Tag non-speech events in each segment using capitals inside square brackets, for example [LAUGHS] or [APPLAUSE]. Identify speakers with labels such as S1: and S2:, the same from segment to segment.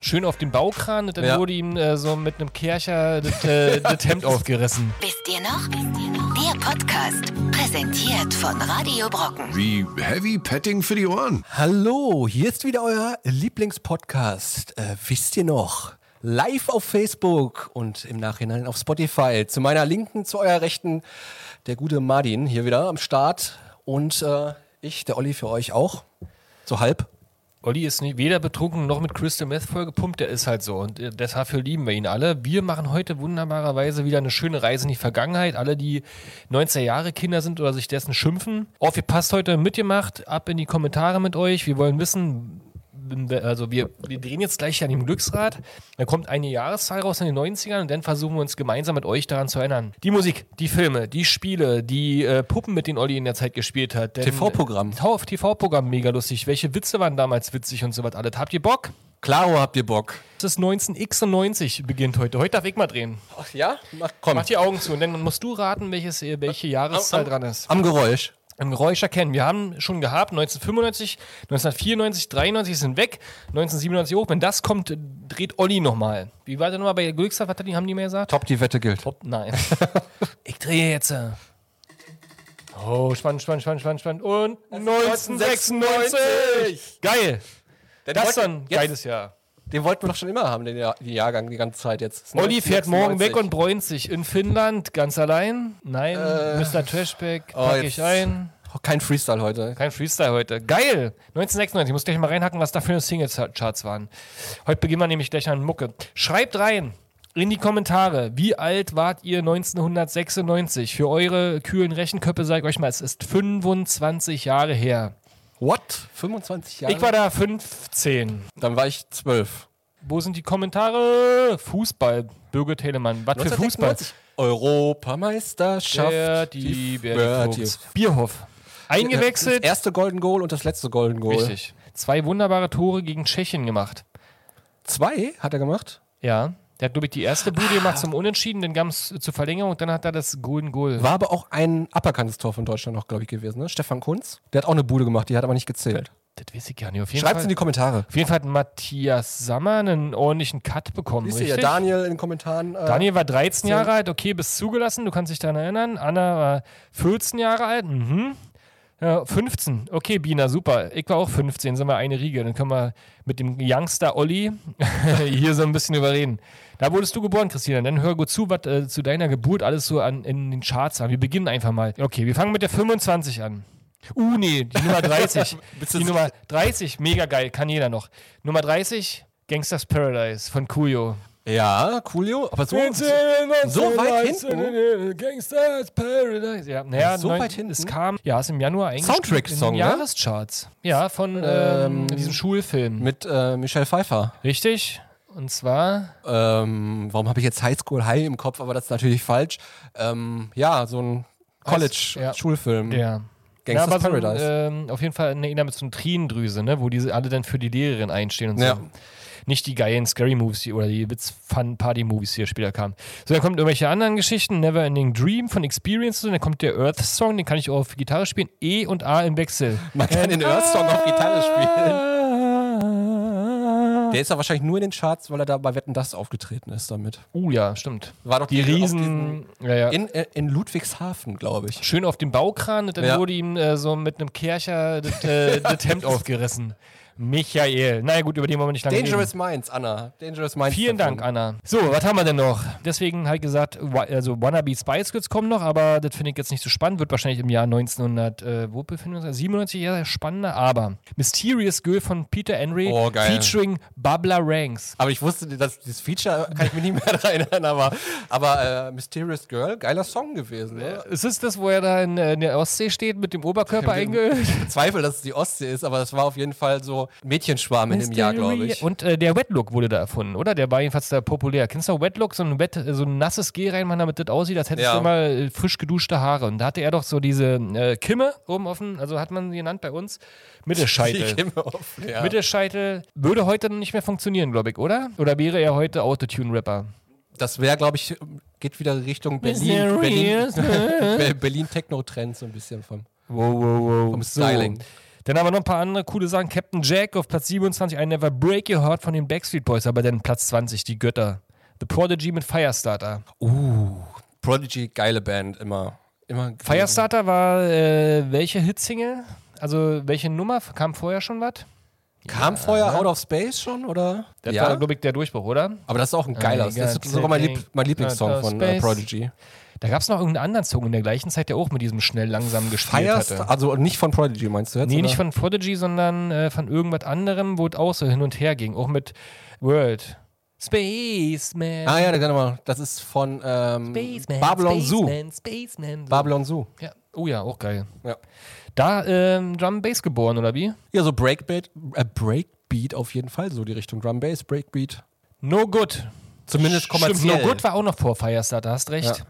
S1: schön auf den Baukran und dann
S2: Ja.
S1: wurde ihm äh, so mit einem Kercher das, äh, das Hemd aufgerissen.
S3: Wisst ihr noch? Der Podcast, präsentiert von Radio Brocken.
S4: Wie Heavy Petting für die Ohren.
S2: Hallo, hier ist wieder euer Lieblingspodcast. Äh, wisst ihr noch? Live auf Facebook und im Nachhinein auf Spotify. Zu meiner Linken, zu eurer Rechten, der gute Martin hier wieder am Start. Und äh, ich, der Olli, für euch auch. So halb.
S1: Olli ist nie, weder betrunken noch mit Crystal Meth vollgepumpt, der ist halt so. Und äh, das- dafür lieben wir ihn alle. Wir machen heute wunderbarerweise wieder eine schöne Reise in die Vergangenheit. Alle, die 90er Jahre Kinder sind oder sich dessen schimpfen. Aufgepasst heute mitgemacht. Ab in die Kommentare mit euch. Wir wollen wissen, also wir, wir drehen jetzt gleich an dem Glücksrad. Da kommt eine Jahreszahl raus in den 90ern und dann versuchen wir uns gemeinsam mit euch daran zu erinnern. Die Musik, die Filme, die Spiele, die äh, Puppen, mit denen Olli in der Zeit gespielt hat. Denn-
S2: TV-Programm.
S1: Tau- TV-Programm mega lustig. Welche Witze waren damals witzig und so was alles? Habt ihr Bock?
S2: Klaro habt ihr Bock.
S1: Es ist 1996 beginnt heute. Heute darf ich mal drehen.
S2: Ach ja? Mach, komm.
S1: Mach die Augen zu und dann musst du raten, welches, äh, welche Jahreszahl dran ist.
S2: Am Geräusch.
S1: Im Geräusch erkennen. Wir haben schon gehabt 1995, 1994, 93 sind weg, 1997 hoch. Wenn das kommt, dreht Olli nochmal. Wie war der nochmal bei Glücksrad? Was hat die- haben die mir gesagt?
S2: Top, die Wette gilt.
S1: Top, nein. ich drehe jetzt. äh. Oh, spannend, spannend, spannend, spannend, spannend. Und 1996. Geil. Das ist ein
S2: jetzt,
S1: geiles Jahr.
S2: Den wollten wir doch schon immer haben, den, Jahr, den Jahrgang die ganze Zeit jetzt.
S1: Olli fährt morgen weg und bräunt sich in Finnland ganz allein. Nein, Mr. Trashback
S2: Äh. oh,
S1: packe
S2: jetzt-
S1: ich ein.
S2: Oh, Kein Freestyle heute.
S1: Kein Freestyle heute. Geil! 1996, ich muss gleich mal reinhacken, was da für eine Singlecharts waren. Heute beginnen wir nämlich gleich an Mucke. Schreibt rein in die Kommentare, wie alt wart ihr 1996? Für eure kühlen Rechenköpfe sage ich euch mal, es ist 25 Jahre her.
S2: What? 25 Jahre?
S1: Ich war da 15.
S2: Dann war ich 12.
S1: Wo sind die Kommentare? Fußball, Birgit Telemann. Was für Fußball?
S2: Europameisterschaft.
S1: Der, die,
S2: Berti.
S1: Berti. Bierhoff. Eingewechselt.
S2: Das erste Golden Goal und das letzte Golden Goal.
S1: Richtig. Zwei wunderbare Tore gegen Tschechien gemacht.
S2: Zwei hat er gemacht.
S1: Ja. Der hat, glaube ich, die erste Bude gemacht zum Unentschieden, dann gab es zur Verlängerung und dann hat er das Golden Goal.
S2: War aber auch ein aberkanntes Tor von Deutschland noch, glaube ich, gewesen. Ne? Stefan Kunz. Der hat auch eine Bude gemacht, die hat aber nicht gezählt.
S1: Das weiß ich gar nicht. Auf jeden,
S2: Schreibt
S1: Fall,
S2: es in die Kommentare.
S1: auf jeden Fall hat Matthias Sammer einen ordentlichen Cut bekommen.
S2: Siehst du
S1: Richtig?
S2: hier, Daniel in den Kommentaren. äh,
S1: Daniel war 13 Jahre alt, okay, bist zugelassen, du kannst dich daran erinnern. Anna war 14 Jahre alt, mhm. Ja, 15, okay, Bina, super. Ich war auch 15, sind wir eine Riege. Dann können wir mit dem Youngster Olli [LAUGHS] hier so ein bisschen überreden. Da wurdest du geboren, Christina. Dann hör gut zu, was äh, zu deiner Geburt alles so an, in den Charts an. Wir beginnen einfach mal. Okay, wir fangen mit der 25 an. Uh, nee, die Nummer 30.
S2: Willst du
S1: die
S2: das-
S1: Nummer 30, mega geil, kann jeder noch. Nummer 30, Gangsters Paradise von Kuyo.
S2: Ja, Coolio. Aber so, so, weit hinten.
S1: Gangsters Paradise. Ja, naja,
S2: So
S1: neun-
S2: weit hinten?
S1: Es kam, ja, ist im Januar eigentlich.
S2: Soundtrack-Song,
S1: In
S2: ne?
S1: den Jahrescharts. Ja, von ähm, diesem Schulfilm.
S2: mit äh, Michelle Pfeiffer.
S1: Richtig? Und zwar,
S2: Ähm, warum habe ich jetzt High School High im Kopf? Aber das ist natürlich falsch. Ähm, ja, so ein
S1: ja.
S2: College-Schulfilm.
S1: ja.
S2: Hm. Gangsters
S1: ja, aber So,
S2: Paradise.
S1: ein, ähm, auf jeden Fall eine Erinnerung mit so einer Tränendrüse, ne? wo diese alle dann für die Lehrerin einstehen und
S2: Ja.
S1: so. Nicht die geilen Scary Movies die- oder die Witz-Fun-Party-Movies, die hier später kamen. So, dann kommt irgendwelche anderen Geschichten, Never Ending Dream von Experience, und dann kommt der Earth-Song, den kann ich auch auf Gitarre spielen, E und A im Wechsel.
S2: Man kann den Earth Song auf Gitarre
S1: Ah.
S2: spielen.
S1: [LAUGHS] spielen.
S2: Der ist ja wahrscheinlich nur in den Charts, weil er da bei Wetten das aufgetreten ist damit.
S1: Oh ja, stimmt.
S2: War doch
S1: Die
S2: auf
S1: Riesen. Ja, ja.
S2: diesen- In, äh, in Ludwigshafen, glaube ich.
S1: Schön auf dem Baukran, und dann
S2: Ja.
S1: wurde ihm äh, so mit einem Kercher das,
S2: [LAUGHS]
S1: äh, das Hemd aufgerissen. Michael. Na ja, gut, über den wollen wir nicht lange reden.
S2: Dangerous Minds, Anna. Dangerous Minds.
S1: Vielen
S2: davon.
S1: Dank, Anna. So, was haben wir denn noch? Deswegen halt gesagt, wa- also Wannabe Spice Girls kommen noch, aber das finde ich jetzt nicht so spannend. Wird wahrscheinlich im Jahr 1900, äh, wo befinden wir uns? 97 eher spannender, aber Mysterious Girl von Peter Henry
S2: Oh, geil.
S1: featuring Bubbler Ranks.
S2: Aber ich wusste, dass dieses Feature kann ich mich nicht mehr [LAUGHS] daran erinnern, aber, aber äh, Mysterious Girl, geiler Song gewesen. Ne?
S1: Ist es das, wo er da in, äh, in der Ostsee steht mit dem Oberkörper
S2: [LAUGHS]
S1: eingeölt?
S2: Ich Zweifel, dass es die Ostsee ist, aber das war auf jeden Fall so Mädchenschwarm in dem Jahr, glaube [LAUGHS] ich.
S1: Und äh, der Wetlook wurde da erfunden, oder? Der war jedenfalls da populär. Kennst du Wetlook, so ein, wet, so ein nasses Gel reinmachen, damit das aussieht, als hättest
S2: Ja.
S1: du mal äh, frisch geduschte Haare. Und da hatte er doch so diese äh, Kimme oben offen, also hat man sie genannt bei uns,
S2: Die
S1: Mittelscheitel.
S2: Kimme offen, [LAUGHS] ja.
S1: Mittelscheitel würde heute nicht mehr funktionieren, glaube ich, oder? Oder wäre er heute Autotune-Rapper?
S2: Das wäre, glaube ich, geht wieder Richtung Berlin, Berlin, [LAUGHS]
S1: Mysterious.
S2: Be- Berlin Techno-Trend so ein bisschen vom,
S1: Wow, wow, wow.
S2: vom Styling.
S1: Dann haben wir noch ein paar andere coole Sachen. Captain Jack auf Platz 27, I Never Break Your Heart von den Backstreet Boys, aber dann Platz 20, die Götter. The Prodigy mit Firestarter.
S2: Prodigy, geile Band, immer. immer
S1: Firestarter war äh, welche Hitsingle? Also welche Nummer? Kam vorher schon was?
S2: Kam vorher Out of Space schon, oder? Äh,
S1: Das war, glaube ich, der Durchbruch, oder?
S2: Aber das ist auch ein geiler. Das ist
S1: God,
S2: sogar mein,
S1: taking
S2: Lieb mein
S1: out
S2: Lieblingssong
S1: of
S2: von äh,
S1: space.
S2: Prodigy.
S1: Da gab es noch irgendeinen anderen Song in der gleichen Zeit, der auch mit diesem schnell langsam gespielt hatte.
S2: Firestar, also nicht von Prodigy, meinst du jetzt?
S1: Nee,
S2: oder?
S1: nicht von Prodigy, sondern äh, von irgendwas anderem, wo es auch so hin und her ging. Auch mit World. Spaceman.
S2: Ah ja, da kann ich mal. Das ist von ähm,
S1: Spaceman.
S2: Babylon Zoo.
S1: Spaceman, Spaceman. So.
S2: Babylon Zoo.
S1: ja. Oh ja, auch geil.
S2: Ja.
S1: Da ähm, Drum and Bass geboren, oder wie?
S2: Ja, so Breakbeat, äh, Breakbeat auf jeden Fall, so die Richtung Drum Bass, Breakbeat.
S1: No Good.
S2: Zumindest kommerziell.
S1: Stimmt, No Good war auch noch vor Firestarter, hast recht.
S2: ja.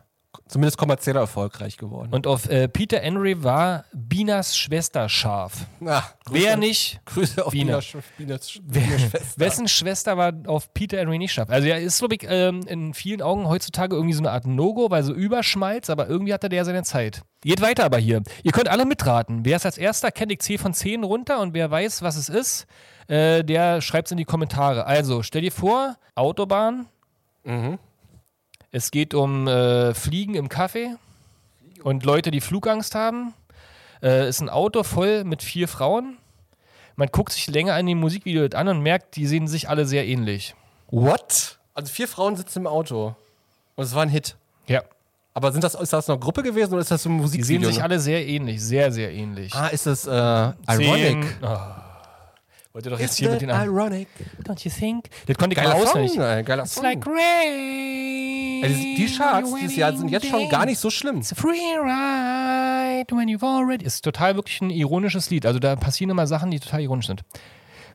S2: Zumindest kommerziell erfolgreich geworden.
S1: Und auf äh, Peter Henry war Binas Schwester scharf.
S2: Ah, Grüße
S1: Wer
S2: an-
S1: nicht?
S2: Grüße auf
S1: Wiener.
S2: Wiener, Sch- Wiener, Sch- Wiener Schwester.
S1: Wessen Schwester war auf Peter Henry nicht scharf? Also, er ist, glaube ich, ähm, in vielen Augen heutzutage irgendwie so eine Art No-Go, weil so überschmalz, aber irgendwie hatte der seine Zeit. Geht weiter aber hier. Ihr könnt alle mitraten. Wer es als erster kennt, ich zähle von 10 runter und wer weiß, was es ist, äh, der schreibt es in die Kommentare. Also, stell dir vor, Autobahn. Es geht um äh, Fliegen im Kaffee und Leute, die Flugangst haben. Äh, ist ein Auto voll mit vier Frauen. Man guckt sich länger an dem Musikvideo an und merkt, die sehen sich alle sehr ähnlich.
S2: What? Also vier Frauen sitzen im Auto. Und es war ein Hit.
S1: Ja.
S2: Aber sind das, ist das eine Gruppe gewesen oder ist das so ein
S1: Die
S2: Musikvideo? ne?
S1: sehen sich alle sehr ähnlich, sehr, sehr ähnlich.
S2: ah, ist das äh, Ironic?
S1: Zehn- Oh. Wollt ihr doch jetzt hier mit den an.
S2: Ironic?
S1: Don't you think? Das konnte ich mal
S2: Geiler
S1: auswendig.
S2: Song, ey, geiler Song.
S1: rain.
S2: Ey, die, die Charts dieses Jahr sind jetzt schon gar nicht so schlimm.
S1: It's a free ride when you've already. Ist total wirklich ein ironisches Lied. Also da passieren immer Sachen, die total ironisch sind.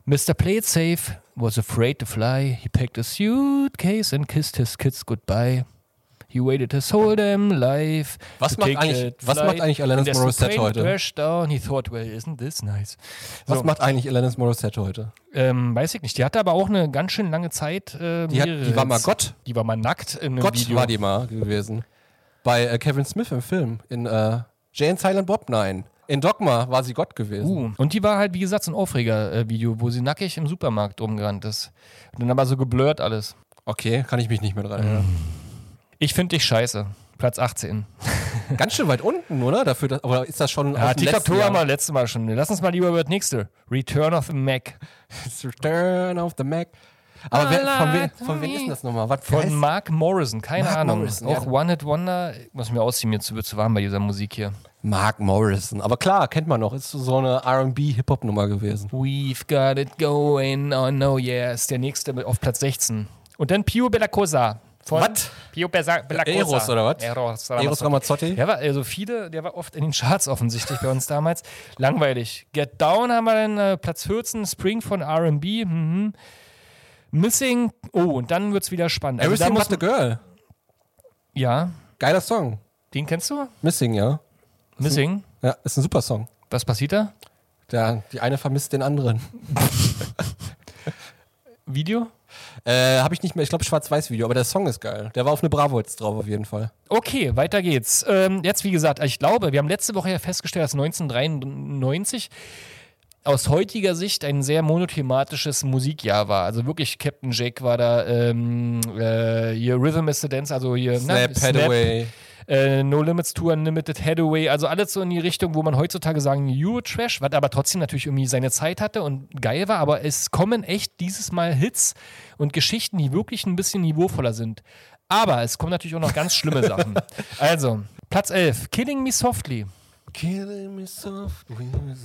S1: Mr. Play It Safe was afraid to fly. He packed a suitcase and kissed his kids goodbye. He waited his whole damn life.
S2: Was
S1: to
S2: macht
S1: take
S2: eigentlich-
S1: that
S2: was macht
S1: flight.
S2: eigentlich Alanis
S1: And as the
S2: Morissette
S1: plane
S2: heute?
S1: crashed Down, he thought, well, isn't this nice?
S2: Was
S1: So.
S2: macht eigentlich Alanis Morissette heute?
S1: Ähm, weiß ich nicht. Die hatte aber auch eine ganz schön lange Zeit. Äh,
S2: Die, hat,
S1: mehrere
S2: die war mal
S1: Hits.
S2: Gott.
S1: Die war mal nackt in einem
S2: Gott
S1: Video.
S2: war die mal gewesen. Bei äh, Kevin Smith im Film. In äh, Jane Silent Bob, nein. In Dogma war sie Gott gewesen.
S1: Uh, und die war halt, wie gesagt, so ein Aufreger-Video, wo sie nackig im Supermarkt rumgerannt ist. Und dann aber so geblurrt alles.
S2: Okay, kann ich mich nicht mehr dran erinnern.
S1: Ich finde dich scheiße. Platz 18.
S2: Ganz schön weit unten, oder? Dafür, dass, aber ist das schon
S1: Ja,
S2: aus dem letzten
S1: TikTok
S2: Jahr?
S1: haben wir letztes Mal schon. Lass uns mal lieber über das nächste. Return of the Mac.
S2: It's Return of the Mac. Aber wer, von, we, von wem ist denn das nochmal? Was
S1: Von
S2: heißt-
S1: Mark Morrison. Keine
S2: Mark
S1: Ahnung.
S2: Morrison,
S1: Auch
S2: ja.
S1: One-Hit-Wonder. Ich Muss mir ausziehen, mir zu, wird zu warm bei dieser Musik hier.
S2: Mark Morrison. Aber klar, kennt man noch. Ist so eine R&B-Hip-Hop-Nummer gewesen.
S1: We've got it going on, oh yeah, ist der nächste mit- auf Platz 16. Und dann Pio Bella Cosa. Von
S2: What?
S1: Pio Besa- Bella Cosa.
S2: Eros, oder was?
S1: Eros
S2: Eros
S1: Ramazzotti.
S2: Ramazzotti.
S1: Der war also viele, der war oft in den Charts offensichtlich bei uns damals. [LAUGHS] Langweilig. Get Down haben wir dann äh, Platz 14, Spring von R&B. Mhm. Missing, oh, und dann wird's wieder spannend. Also da
S2: Everything
S1: muss,
S2: But The Girl.
S1: ja,
S2: Geiler Song.
S1: den kennst du?
S2: Missing, ja.
S1: Missing.
S2: Ja, ist ein super Song.
S1: Was passiert da?
S2: Der, die eine vermisst den anderen. [LAUGHS]
S1: Video?
S2: Äh, habe ich nicht mehr. Ich glaube, Schwarz-Weiß-Video. Aber der Song ist geil. Der war auf eine Bravo jetzt drauf, auf jeden Fall.
S1: Okay, weiter geht's. Ähm, jetzt, wie gesagt, ich glaube, wir haben letzte Woche ja festgestellt, dass 1993 aus heutiger Sicht ein sehr monothematisches Musikjahr war. Also wirklich, Captain Jake war da, ähm, äh, hier Rhythm is the Dance, also hier
S2: Snap, Hathaway.
S1: äh, No Limits Tour, Unlimited Headaway, also alles so in die Richtung, wo man heutzutage sagen, Euro-Trash, was aber trotzdem natürlich irgendwie seine Zeit hatte und geil war, aber es kommen echt dieses Mal Hits und Geschichten, die wirklich ein bisschen niveauvoller sind. Aber es kommen natürlich auch noch ganz schlimme Sachen. Also, Platz 11, Killing Me Softly.
S2: Killing me soft with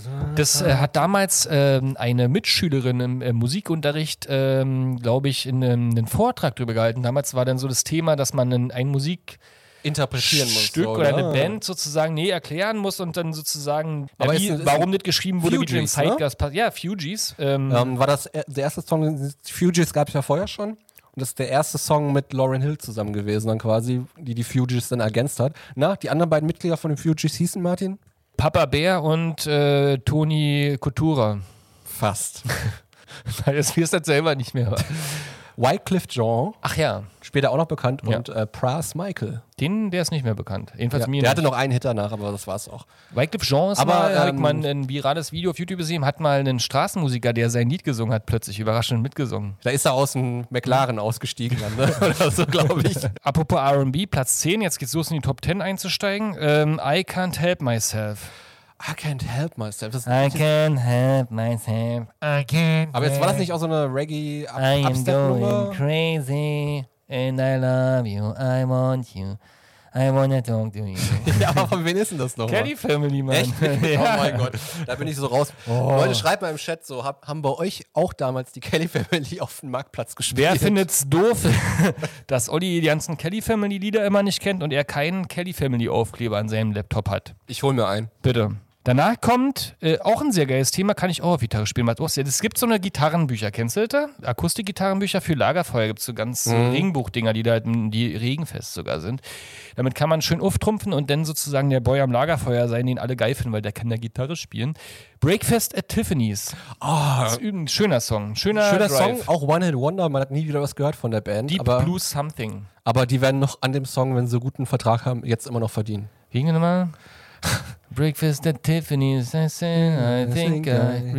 S2: a-
S1: Das äh, hat damals ähm, eine Mitschülerin im äh, Musikunterricht, ähm, glaube ich, in einem einen Vortrag drüber gehalten. Damals war dann so das Thema, dass man einen, ein Musik
S2: Interpretieren muss.
S1: Stück
S2: so,
S1: oder eine
S2: ja.
S1: Band sozusagen nee, erklären muss und dann sozusagen,
S2: Aber
S1: na, wie,
S2: ist- ist-
S1: warum das geschrieben wurde, wie dem
S2: Fugees, ne?
S1: Zeitgeist passt. Ja, Fugees. Ähm,
S2: Ähm, war das er- der erste Song, Fugees gab es ja vorher schon. Und das ist der erste Song mit Lauren Hill zusammen gewesen, dann quasi, die die Fugees dann ergänzt hat. Na, die anderen beiden Mitglieder von den Fugees hießen Martin?
S1: Papa Bär und äh,
S2: [LAUGHS]
S1: Toni Coutura.
S2: Fast.
S1: Jetzt wirst das selber nicht mehr.
S2: [LAUGHS] Wycliffe Jean,
S1: Ach ja,
S2: später auch noch bekannt,
S1: Ja.
S2: und äh, Pras Michael.
S1: den, der ist nicht mehr bekannt. Jedenfalls
S2: Ja,
S1: mir
S2: der hatte
S1: nicht.
S2: noch einen Hit danach, aber das war's auch.
S1: Wycliffe Jean ist
S2: Aber,
S1: mal, hab
S2: ähm,
S1: ich mal ein virales Video auf YouTube gesehen, hat mal einen Straßenmusiker, der sein Lied gesungen hat, plötzlich überraschend mitgesungen.
S2: Da ist er aus dem McLaren ausgestiegen, dann, ne? [LAUGHS] oder so, glaube
S1: [LAUGHS]
S2: ich.
S1: Apropos RB, Platz 10, jetzt geht's los in die Top 10 einzusteigen. Ähm, I can't help myself.
S2: I can't help myself. Das
S1: I can't help myself. I can't.
S2: aber jetzt war das nicht auch so eine reggae
S1: I
S2: Up-
S1: am going
S2: Upstep-Nummer?
S1: crazy and I love you. I want you. I wanna talk to [LAUGHS] you.
S2: [LAUGHS] Ja, aber von wem ist denn das nochmal?
S1: Kelly Family, Mann. [LAUGHS]
S2: Echt?
S1: ja.
S2: [LAUGHS] Oh mein Gott, da bin ich so raus. Leute, schreibt mal im Chat so, hab, haben bei euch auch damals die Kelly Family auf dem Marktplatz gespielt?
S1: Wer findet's doof, [LAUGHS] dass Olli die ganzen Kelly Family Lieder immer nicht kennt und er keinen Kelly Family Aufkleber an seinem Laptop hat?
S2: ich hol mir einen.
S1: Bitte. Danach kommt äh, auch ein sehr geiles Thema, kann ich auch auf Gitarre spielen. Was brauchst du? Es gibt so eine Gitarrenbücher, kennst du das? Akustikgitarrenbücher für Lagerfeuer gibt es so ganz so
S2: Mhm.
S1: Regenbuchdinger, die da halt m, die regenfest sogar sind. Damit kann man schön auftrumpfen und dann sozusagen der Boy am Lagerfeuer sein, den alle geil finden, weil der kann der Gitarre spielen. Breakfast at Tiffany's. Das ist ein schöner Song. Ein schöner,
S2: Ah, Schöner
S1: Drive.
S2: Song, auch One Hit Wonder, man hat nie wieder was gehört von der Band.
S1: Deep
S2: aber,
S1: Blue Something.
S2: aber die werden noch an dem Song, wenn sie so guten Vertrag haben, jetzt immer noch verdienen.
S1: Wie ging der nochmal? [LAUGHS] Breakfast at Tiffany's, I said, I think I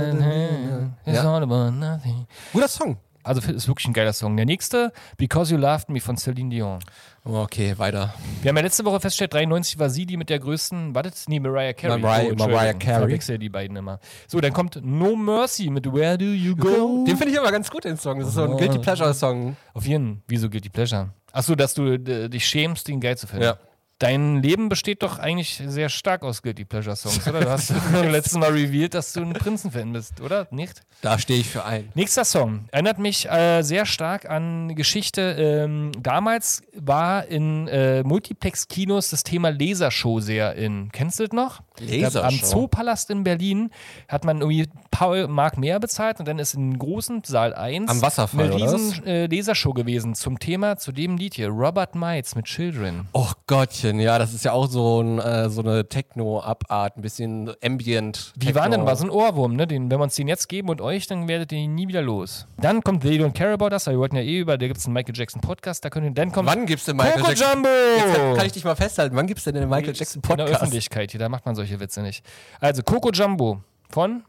S1: remember. It's
S2: Ja.
S1: all about nothing.
S2: Guter Song.
S1: Also ist wirklich ein geiler Song. Der nächste, Because You Loved Me von Celine Dion.
S2: Okay, weiter.
S1: Wir haben ja letzte Woche festgestellt, 93 war sie die mit der größten, wartet, nee, Mariah Carey. Oh,
S2: Mariah-
S1: Entschuldigung,
S2: Mariah Carey.
S1: verwechsel die beiden immer. So, dann kommt No Mercy mit Where Do You Go?
S2: Den finde ich aber ganz gut, den Song. Das ist so ein Guilty Pleasure Song.
S1: Auf jeden, wieso Guilty Pleasure? Achso, dass du äh, dich schämst, den geil zu finden.
S2: Ja.
S1: Dein Leben besteht doch eigentlich sehr stark aus Guilty Pleasure Songs, oder? Du hast [LAUGHS] beim letzten Mal revealed, dass du ein Prinzenfan bist, oder? Nicht?
S2: Da stehe ich für ein.
S1: Nächster Song. Erinnert mich äh, sehr stark an Geschichte. Ähm, damals war in äh, Multiplex-Kinos das Thema Lasershow sehr in. Kennst du das noch?
S2: Lasershow?
S1: Am Zoopalast in Berlin hat man irgendwie ein paar Mark mehr bezahlt und dann ist in großen Saal 1
S2: Am Wasserfall,
S1: eine
S2: oder was?
S1: riesen äh, Lasershow gewesen zum Thema, zu dem Lied hier. Robert Mites mit Children.
S2: Oh Gottchen, ja, das ist ja auch so, ein, äh, so eine Techno-Abart, ein bisschen Ambient.
S1: Wie war denn mal so ein Ohrwurm, ne? Den, wenn wir uns den jetzt geben und euch, dann werdet ihr ihn nie wieder los. Dann kommt They Don't Care About Us, aber wir wollten ja eh über, da gibt es einen Michael Jackson Podcast, da könnt ihr, dann kommt
S2: Wann gibt's denn Michael
S1: Coco
S2: Jackson?
S1: Jumbo!
S2: Jetzt
S1: Oh.
S2: kann ich dich mal festhalten. Wann gibt's denn den Michael Jackson
S1: In der
S2: Podcast?
S1: Öffentlichkeit hier, da macht man solche Witze nicht. Also, Coco Jumbo von,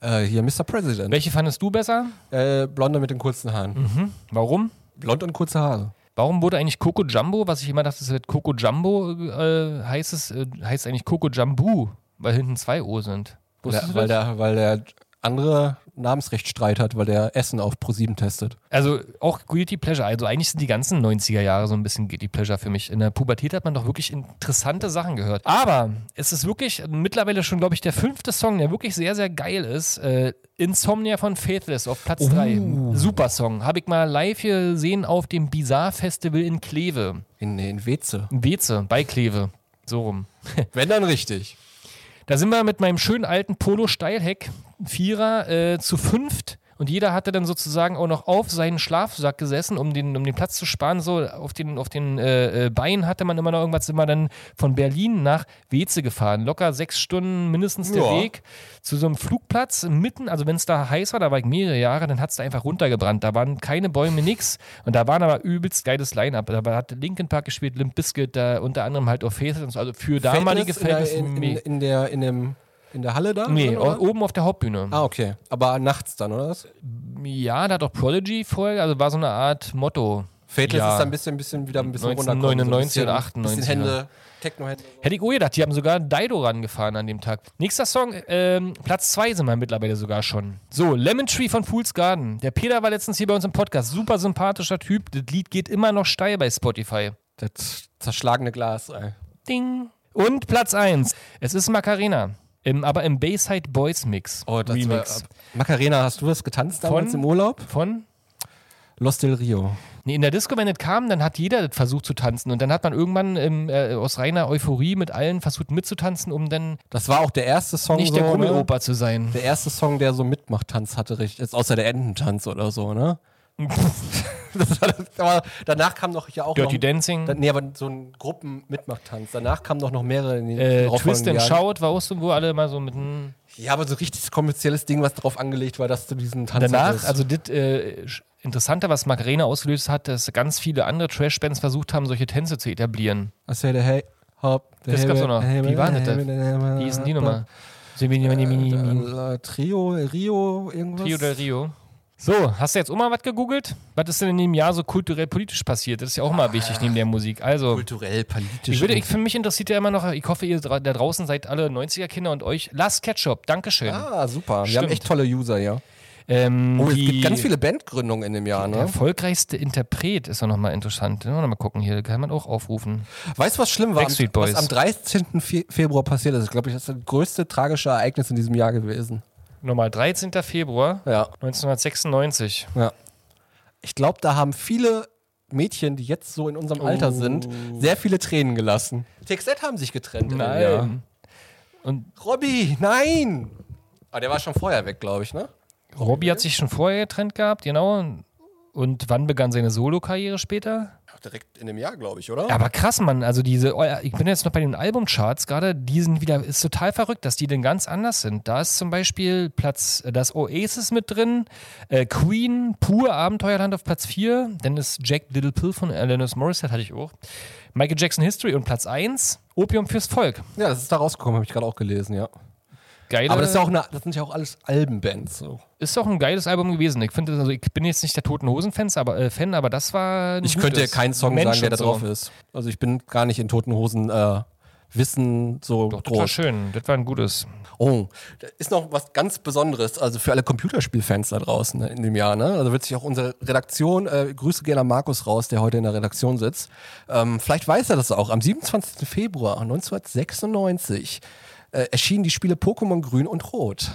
S2: Äh, hier Mr. President.
S1: welche fandest du besser?
S2: Äh, Blonde mit den kurzen Haaren.
S1: Mhm. Warum?
S2: Blond und kurze Haare.
S1: Warum wurde eigentlich Coco Jumbo, was ich immer dachte, es wird Coco Jumbo, äh, heißt es, äh, heißt eigentlich Coco Jambu, weil hinten zwei O sind. Wusstest
S2: Der,
S1: du
S2: weil,
S1: das?
S2: der, weil der andere Namensrechtsstreit hat, weil der Essen auf ProSieben testet.
S1: Also auch Guilty Pleasure. Also eigentlich sind die ganzen 90er Jahre so ein bisschen Guilty Pleasure für mich. In der Pubertät hat man doch wirklich interessante Sachen gehört. Aber es ist wirklich mittlerweile schon, glaube ich, der fünfte Song, der wirklich sehr, sehr geil ist. Äh, Insomnia von Faithless auf Platz 3. Super Song. Habe ich mal live hier gesehen auf dem Bizarre Festival in Kleve.
S2: In, in Weze.
S1: In Weze, bei Kleve. So rum.
S2: Wenn dann richtig.
S1: Da sind wir mit meinem schönen alten Polo Steilheck Vierer äh, zu fünft. Und jeder hatte dann sozusagen auch noch auf seinen Schlafsack gesessen, um den, um den Platz zu sparen. So auf den, auf den äh, äh, Beinen hatte man immer noch irgendwas. Sind wir dann von Berlin nach Weze gefahren. Locker sechs Stunden mindestens der
S2: Ja.
S1: Weg zu so einem Flugplatz mitten. Also wenn es da heiß war, da war ich mehrere Jahre, dann hat es da einfach runtergebrannt. Da waren keine Bäume, nix. Und da waren aber übelst geiles Line-Up. Da hat Linkin Park gespielt, Limp Bizkit, da unter anderem halt auch Faces und so. Also für damalige
S2: Fällt das
S1: Verhältnisse.
S2: in, der- in,
S1: mega.
S2: in, in, der, in, dem, in der Halle da?
S1: Nee, oh,
S2: drin,
S1: o-
S2: oder?
S1: oben auf der Hauptbühne.
S2: Ah, okay. Aber nachts dann, oder was?
S1: Ja, da hat auch Prodigy vorher, also war so eine Art Motto.
S2: Faithless
S1: Ja.
S2: ist dann ein bisschen, bisschen wieder ein bisschen
S1: 1999
S2: runtergekommen,
S1: und
S2: so
S1: 98,
S2: ein bisschen, bisschen Hände, Techno-Hände.
S1: Hätte ich oh auch gedacht, die haben sogar Dido rangefahren an dem Tag. Nächster Song, ähm, Platz 2 sind wir mittlerweile sogar schon. So, Lemon Tree von Fool's Garden. Der Peter war letztens hier bei uns im Podcast. Super sympathischer Typ. Das Lied geht immer noch steil bei Spotify.
S2: Das zerschlagene Glas, ey.
S1: Ding. Und Platz 1. Es ist Macarena. Im, aber im Bayside Boys Mix.
S2: Oh,
S1: Remix.
S2: Macarena, hast du das getanzt damals
S1: Von-
S2: im Urlaub?
S1: Von?
S2: Los del Rio.
S1: Nee, in der Disco, wenn das kam, dann hat jeder das versucht zu tanzen. Und dann hat man irgendwann ähm, äh, aus reiner Euphorie mit allen versucht mitzutanzen, um dann
S2: Das war auch der erste Song,
S1: nicht
S2: so,
S1: der
S2: ne?
S1: Gummioper zu sein.
S2: Der erste Song, der so Mitmachtanz hatte, richtig. Jetzt außer der Ententanz oder so, ne? das war das, aber danach kam noch ja auch
S1: Dirty
S2: noch,
S1: Dancing.
S2: Da, nee, aber so ein Gruppenmitmachtanz. Danach kam doch noch mehrere in den
S1: äh,
S2: darauffolgenden
S1: Twist and
S2: Jahren.
S1: Shout war auch so, wo alle mal so mit einem
S2: Ja, aber so richtig kommerzielles Ding, was drauf angelegt war, dass du diesen Tanz
S1: Danach,
S2: hattest.
S1: also dit, äh, sch- Interessante, was Macarena ausgelöst hat, dass ganz viele andere Trash-Bands versucht haben, solche Tänze zu etablieren.
S2: I said, hey, hop.
S1: Das gab's auch noch. Wie waren das denn? Wie ist denn die Nummer? Trio
S2: Ah, Äh, Trio, Rio, irgendwas?
S1: del Rio. So, hast du jetzt auch mal was gegoogelt? Was ist denn in dem Jahr so kulturell politisch passiert? Das ist ja auch mal wichtig neben der Musik. Also,
S2: Kulturell, politisch.
S1: ich würde, ich, für mich interessiert ja immer noch, ich hoffe, ihr dra- da draußen seid alle 90er-Kinder und euch. Last Ketchup, Dankeschön.
S2: ah, super. Wir
S1: Stimmt.
S2: haben echt tolle User, ja.
S1: Ähm,
S2: Oh, es
S1: die-
S2: gibt ganz viele Bandgründungen in dem Jahr,
S1: Der
S2: ne?
S1: erfolgreichste Interpret ist doch nochmal interessant. Ja, mal gucken, hier kann man auch aufrufen.
S2: Weißt du, was schlimm war? Am-
S1: Backstreet Boys.
S2: Was am 13. Fe Februar passiert ist, glaube ich, das ist das größte tragische Ereignis in diesem Jahr gewesen.
S1: Nochmal 13. Februar
S2: Ja.
S1: 1996.
S2: Ja. Ich glaube, da haben viele Mädchen, die jetzt so in unserem Alter sind, sehr viele Tränen gelassen. TXZ haben sich getrennt. in dem
S1: Äh,
S2: Jahr. Robby, nein! Aber Ah, der war schon vorher weg, glaube ich, ne?
S1: Robby hat sich schon vorher getrennt gehabt, genau. Und wann begann seine Solo-Karriere später?
S2: Direkt in dem Jahr, glaube ich, oder?
S1: Aber krass, Mann, also diese, oh ja, ich bin jetzt noch bei den Albumcharts gerade, die sind wieder, ist total verrückt, dass die denn ganz anders sind. Da ist zum Beispiel Platz, äh, da ist Oasis mit drin, äh, Queen, pur Abenteuerland auf Platz 4, dann ist Jack Little Pill von Alanis Morissette, hatte ich auch. Michael Jackson History und Platz 1, Opium fürs Volk.
S2: Ja, das ist da rausgekommen, habe ich gerade auch gelesen, ja.
S1: Geile,
S2: Aber das, ist ja auch eine, das sind ja auch alles Albenbands. So.
S1: ist doch ein geiles Album gewesen. Ich finde, also ich bin jetzt nicht der Toten Hosen-Fan, aber, äh, Fan, aber das war. ein
S2: Ich könnte dir
S1: gutes.
S2: keinen Song
S1: Mensch
S2: sagen, der
S1: und
S2: da
S1: so.
S2: drauf ist. Also ich bin gar nicht in Toten Hosen äh, Wissen so
S1: Doch, das war
S2: groß.
S1: schön, das war ein gutes.
S2: Oh, da ist noch was ganz Besonderes, also für alle Computerspielfans da draußen ne, in dem Jahr. Ne? Also wird sich auch unsere Redaktion, äh, Grüße gerne an Markus raus, der heute in der Redaktion sitzt. Ähm, vielleicht weiß er das auch. Am 27. Februar 1996 äh, erschienen die Spiele Pokémon Grün und Rot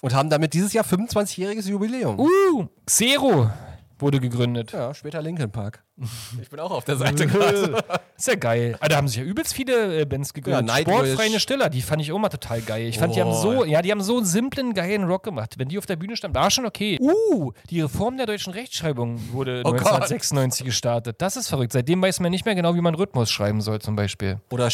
S2: und haben damit dieses Jahr 25-jähriges Jubiläum.
S1: Uh, Xero wurde gegründet.
S2: Ja, später Linkin Park. Ich bin auch auf der [LAUGHS] Seite gerade.
S1: [LAUGHS] Ist ja geil. Ah, da haben sich ja übelst viele äh, Bands gegründet.
S2: Ja,
S1: Ja,
S2: Nightwish.
S1: Sportfreie Stiller, die fand ich immer total geil. Ich fand, die haben so, ja, die haben so einen simplen, geilen Rock gemacht. Wenn die auf der Bühne standen, war schon okay. Uh, die Reform der deutschen Rechtschreibung wurde
S2: Oh Gott.
S1: 1996 gestartet. Das ist verrückt. Seitdem weiß man nicht mehr genau, wie man Rhythmus schreiben soll, zum Beispiel.
S2: Oder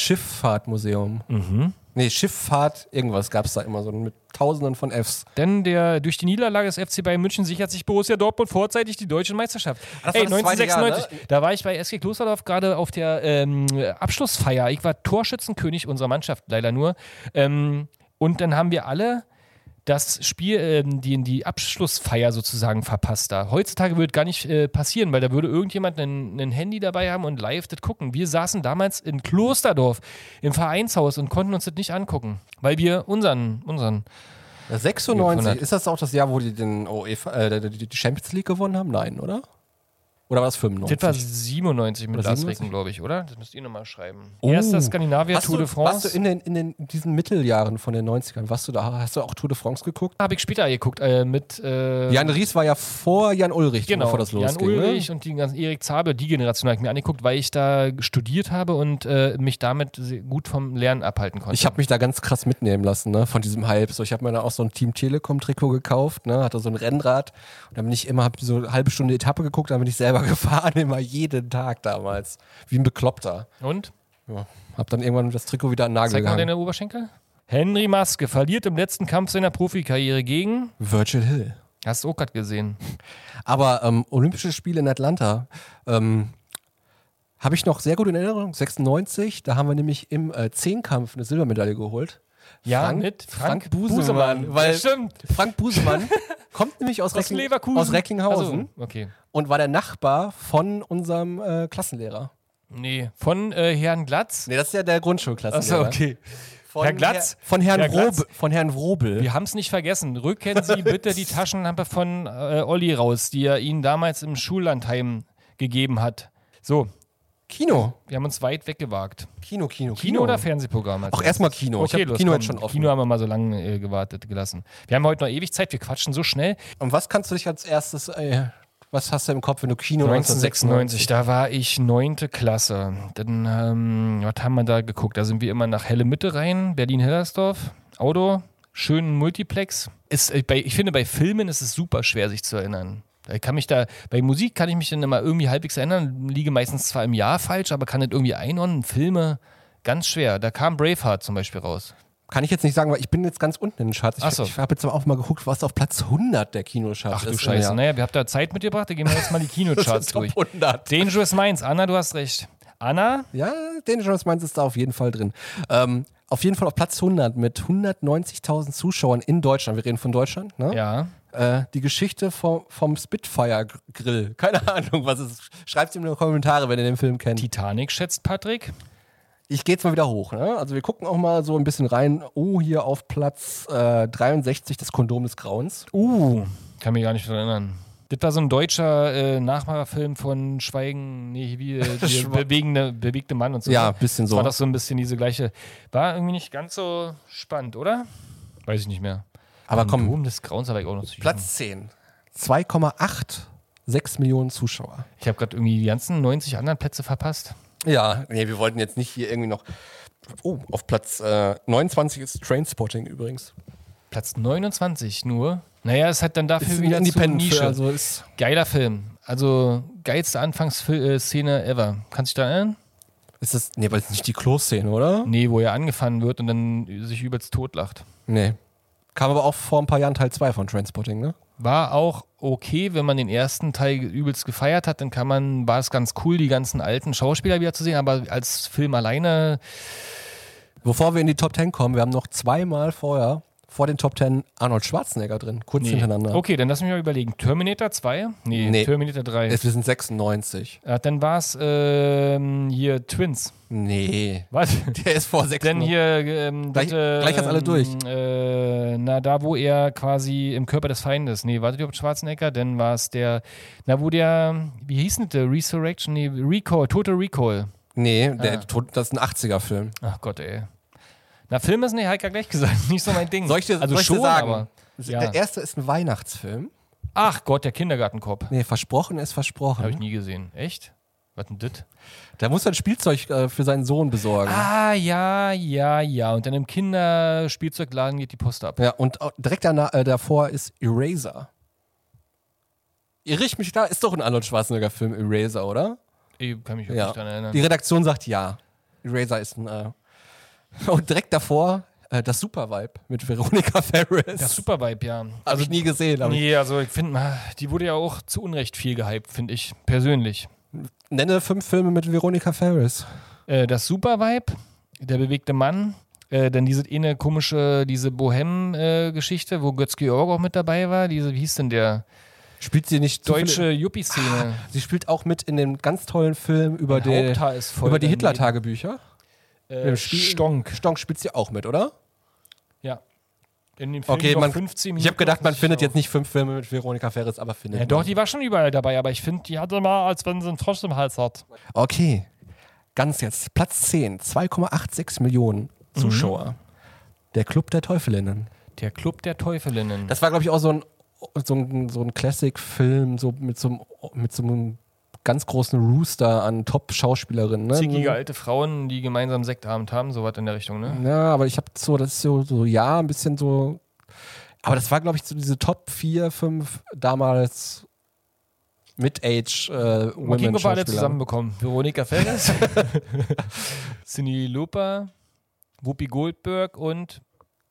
S2: Schifffahrtmuseum. Mhm. Nee, Schifffahrt, irgendwas gab es da immer so mit tausenden von Fs.
S1: Denn der, durch die Niederlage des FC Bayern München sichert sich Borussia Dortmund vorzeitig die deutsche Meisterschaft.
S2: Das war
S1: Ey,
S2: das zweite Jahr, ne?
S1: 1996, da war ich bei SG Klosterdorf gerade auf der ähm, Abschlussfeier. Ich war Torschützenkönig unserer Mannschaft, leider nur. Ähm, und dann haben wir alle das Spiel, ähm, die, die Abschlussfeier sozusagen verpasst da. Heutzutage würde gar nicht äh, passieren, weil da würde irgendjemand ein, ein Handy dabei haben und live das gucken. Wir saßen damals in Klosterdorf im Vereinshaus und konnten uns das nicht angucken, weil wir unseren, unseren
S2: Ja, 96,
S1: 500.
S2: ist das auch das Jahr, wo die den UEFA, äh, die die Champions League gewonnen haben? Nein, oder? Oder war es 95?
S1: Das war 97 mit
S2: Oder
S1: Lars
S2: 97?
S1: Ricken, glaube ich, oder? Das müsst ihr nochmal schreiben. Erster Skandinavier
S2: Hast
S1: Tour
S2: du,
S1: de
S2: warst
S1: France.
S2: du in, den, in den, diesen Mitteljahren von den 90ern, warst du da, hast du auch Tour de France geguckt?
S1: Habe ich später geguckt äh, mit äh,
S2: Jan Ries war ja vor Jan Ulrich,
S1: genau,
S2: bevor das
S1: Jan
S2: losging.
S1: Ulrich
S2: ne?
S1: und den ganzen Erik Zabel, die Generation habe ich mir angeguckt, weil ich da studiert habe und äh, mich damit sehr gut vom Lernen abhalten konnte.
S2: Ich habe mich da ganz krass mitnehmen lassen, ne, von diesem Hype. So, ich habe mir da auch so ein Team Telekom Trikot gekauft, ne, hatte so ein Rennrad und dann bin ich immer hab so eine halbe Stunde Etappe geguckt, dann bin ich selber [LAUGHS] gefahren, immer jeden Tag damals, wie ein Bekloppter.
S1: und?
S2: Ja. Hab dann irgendwann das Trikot wieder an den Nagel
S1: Zeig mal
S2: gehangen.
S1: deine Oberschenkel. Henry Maske verliert im letzten Kampf seiner Profikarriere gegen.
S2: Virgil Hill.
S1: Hast du auch gerade gesehen.
S2: Aber ähm, Olympische Spiele in Atlanta ähm, habe ich noch sehr gut in Erinnerung. 96, da haben wir nämlich im äh, Zehnkampf eine Silbermedaille geholt.
S1: Ja, mit Frank Busemann.
S2: Weil
S1: Ja, stimmt. [LAUGHS]
S2: Frank Busemann kommt nämlich aus,
S1: Aus
S2: Reckling
S1: Leverkusen. Also.
S2: aus Recklinghausen
S1: Ach so, okay.
S2: und war der Nachbar von unserem äh, Klassenlehrer.
S1: Nee, von äh, Herrn Glatz.
S2: Nee, das ist ja der Grundschulklassenlehrer.
S1: Achso, okay.
S2: Von
S1: Herr Glatz?
S2: Herr, von Herrn
S1: Herr Glatz?
S2: Wrobel. Von Herrn Wrobel.
S1: Wir haben es nicht vergessen. Rücken Sie bitte die Taschenlampe von äh, Olli raus, die er Ihnen damals im Schullandheim gegeben hat. So,
S2: Kino.
S1: wir haben uns weit weggewagt.
S2: Kino, Kino, Kino.
S1: Kino oder Fernsehprogramm? als
S2: Auch
S1: erstes?
S2: erstmal Kino. Ich
S1: Okay,
S2: hab
S1: los,
S2: Kino
S1: komm.
S2: jetzt schon offen.
S1: Kino haben wir mal so lange äh, gewartet gelassen. Wir haben heute noch ewig Zeit, wir quatschen so schnell.
S2: Und was kannst du dich als erstes, äh, was hast du im Kopf, wenn du Kino
S1: 1996, da war ich neunte Klasse. Dann, ähm, was haben wir da geguckt? Da sind wir immer nach Helle Mitte rein, Berlin-Hellersdorf, Auto, schönen Multiplex. Ist, äh, bei, ich finde, bei Filmen ist es super schwer, sich zu erinnern. Da kann mich da, bei Musik kann ich mich dann immer irgendwie halbwegs erinnern, liege meistens zwar im Jahr falsch, aber kann das irgendwie einordnen. Filme, ganz schwer. Da kam Braveheart zum Beispiel raus.
S2: Kann ich jetzt nicht sagen, weil ich bin jetzt ganz unten in den Charts.
S1: Ach
S2: Ich,
S1: so.
S2: ich habe jetzt aber auch mal geguckt, was auf Platz 100 der Kinocharts
S1: Ach
S2: ist.
S1: du Scheiße.
S2: Ja.
S1: Naja, wir habt da Zeit mitgebracht. Da gehen wir jetzt [LAUGHS] mal die Kinocharts
S2: [LAUGHS] Top
S1: durch.
S2: 100.
S1: Dangerous Minds. Anna, du hast recht. Anna,
S2: Ja, Dangerous Minds ist da auf jeden Fall drin. Ähm, auf jeden Fall auf Platz 100 mit 190.000 Zuschauern in Deutschland. Wir reden von Deutschland, ne?
S1: ja.
S2: Äh, die Geschichte vom, vom Spitfire-Grill. Keine [LAUGHS] Ahnung, was es ist. Schreibt es in die Kommentare, wenn ihr den Film kennt.
S1: Titanic schätzt Patrick.
S2: Ich gehe jetzt mal wieder hoch. Ne? Also wir gucken auch mal so ein bisschen rein. Oh, hier auf Platz äh, 63 das Kondom des Grauens.
S1: Uh, kann mich gar nicht daran erinnern. Das war so ein deutscher äh, Nachmachfilm von Schweigen, nee,
S2: [LAUGHS]
S1: wie äh, der
S2: Schwa-
S1: bewegende, bewegte Mann und so.
S2: Ja, bisschen so.
S1: War doch so ein bisschen diese gleiche. War irgendwie nicht ganz so spannend, oder? Weiß ich nicht mehr.
S2: Aber Ah, komm.
S1: Boom des Grauens habe ich auch noch zu
S2: Platz 10. 2,86 Millionen Zuschauer.
S1: Ich habe gerade irgendwie die ganzen 90 anderen Plätze verpasst.
S2: Ja, nee, wir wollten jetzt nicht hier irgendwie noch. Oh, auf Platz äh, 29 ist Trainspotting übrigens.
S1: Platz 29 nur. Naja, es hat dann dafür wieder zu Nische.
S2: also ist
S1: Geiler Film. Also geilste Anfangsszene ever. Kannst du dich da erinnern?
S2: ist das nee, aber das ist nicht die Klo-Szene, oder?
S1: Nee, wo er angefangen wird und dann sich übelst totlacht.
S2: Nee. Kam aber auch vor ein paar Jahren Teil 2 von Trainspotting, ne?
S1: War auch okay, wenn man den ersten Teil übelst gefeiert hat, dann kann man, war es ganz cool, die ganzen alten Schauspieler wieder zu sehen, aber als Film alleine,
S2: Bevor wir in die Top 10 kommen, wir haben noch zweimal vorher vor den Top 10 Arnold Schwarzenegger drin, kurz hintereinander.
S1: Okay, dann lass mich mal überlegen. Terminator 2? Nee,
S2: Nee.
S1: Terminator 3.
S2: Es, wir sind 96.
S1: ja, dann war es ähm, hier Twins.
S2: Nee.
S1: Was?
S2: Der ist vor 6.
S1: Denn hier ähm,
S2: Gleich-
S1: das, äh,
S2: gleich hast alle durch.
S1: Äh, na, da wo er quasi im Körper des Feindes. Nee, wartet ihr auf Schwarzenegger, dann war es der, na wo der, wie hieß denn der? Resurrection? Nee, Recall, Total Recall.
S2: Nee, der,
S1: Ah.
S2: tot- das ist ein 80er-Film.
S1: Ach Gott, ey. Na, Film ist nicht, hab ich ja gleich gesagt, [LAUGHS] nicht so mein Ding.
S2: Soll ich dir,
S1: also
S2: soll ich
S1: schon,
S2: dir sagen?
S1: aber. Ja.
S2: Der erste ist ein Weihnachtsfilm.
S1: Ach Gott, der Kindergartenkopf.
S2: Nee, versprochen ist
S1: Habe ich
S2: versprochen.
S1: nie gesehen. Echt? Was denn dit?
S2: Da muss er ein Spielzeug äh, für seinen Sohn besorgen.
S1: Ah, ja, ja, ja. Und dann im Kinderspielzeugladen geht die Post ab.
S2: Ja, und au- direkt danach, äh, davor ist Eraser. Irre ich mich da? Ist doch ein Arnold Schwarzenegger-Film, Eraser, oder?
S1: Ich kann mich auch
S2: Ja.
S1: nicht dran erinnern.
S2: Die Redaktion sagt ja. Eraser ist ein. Äh [LAUGHS] und direkt davor äh, das Supervibe mit Veronica Ferris.
S1: Das Supervibe, ja.
S2: Habe ich nie gesehen. Aber
S1: Nee, also ich finde, die wurde ja auch zu Unrecht viel gehypt, finde ich, persönlich.
S2: ich nenne fünf Filme mit Veronica Ferris.
S1: Äh, das Supervibe, der bewegte Mann, äh, dann diese eine komische, diese Bohem-Geschichte, wo Götz-Georg auch mit dabei war, diese, wie hieß denn der?
S2: Spielt sie nicht
S1: Deutsche Yuppie-Szene.
S2: Sie spielt auch mit in dem ganz tollen Film über, die,
S1: Haupthaar ist voll
S2: über die
S1: daneben.
S2: Hitler-Tagebücher.
S1: Äh, Stonk.
S2: Stonk spielt sie auch mit, oder?
S1: Ja. In dem Film
S2: Okay,
S1: noch
S2: man,
S1: 15 Minuten.
S2: ich habe gedacht, man
S1: nicht
S2: findet
S1: auch.
S2: jetzt nicht fünf Filme mit Veronica Ferris, aber findet
S1: Ja,
S2: man.
S1: doch, die war schon überall dabei, aber ich finde, die hatte mal, als wenn sie einen Frosch im Hals hat.
S2: Okay, ganz jetzt. Platz 10, 2,86 Millionen
S1: Mhm.
S2: Zuschauer. Der Club der Teufelinnen.
S1: Der Club der Teufelinnen.
S2: Das war, glaube ich, auch so ein, so ein, so ein Classic-Film so mit, so einem, mit so einem ganz großen Rooster an Top-Schauspielerinnen.
S1: Zickige
S2: Ne?
S1: alte Frauen, die gemeinsam Sektabend haben, sowas in der Richtung, ne?
S2: Ja, aber ich habe so, das ist so, so, ja, ein bisschen so. Aber das war, glaube ich, so diese Top 4, 5 damals Mid-Age äh,
S1: Women
S2: women
S1: wir alle
S2: Schauspieler.
S1: zusammenbekommen. Veronika Ferris, Cindy Luper, Whoopi Goldberg und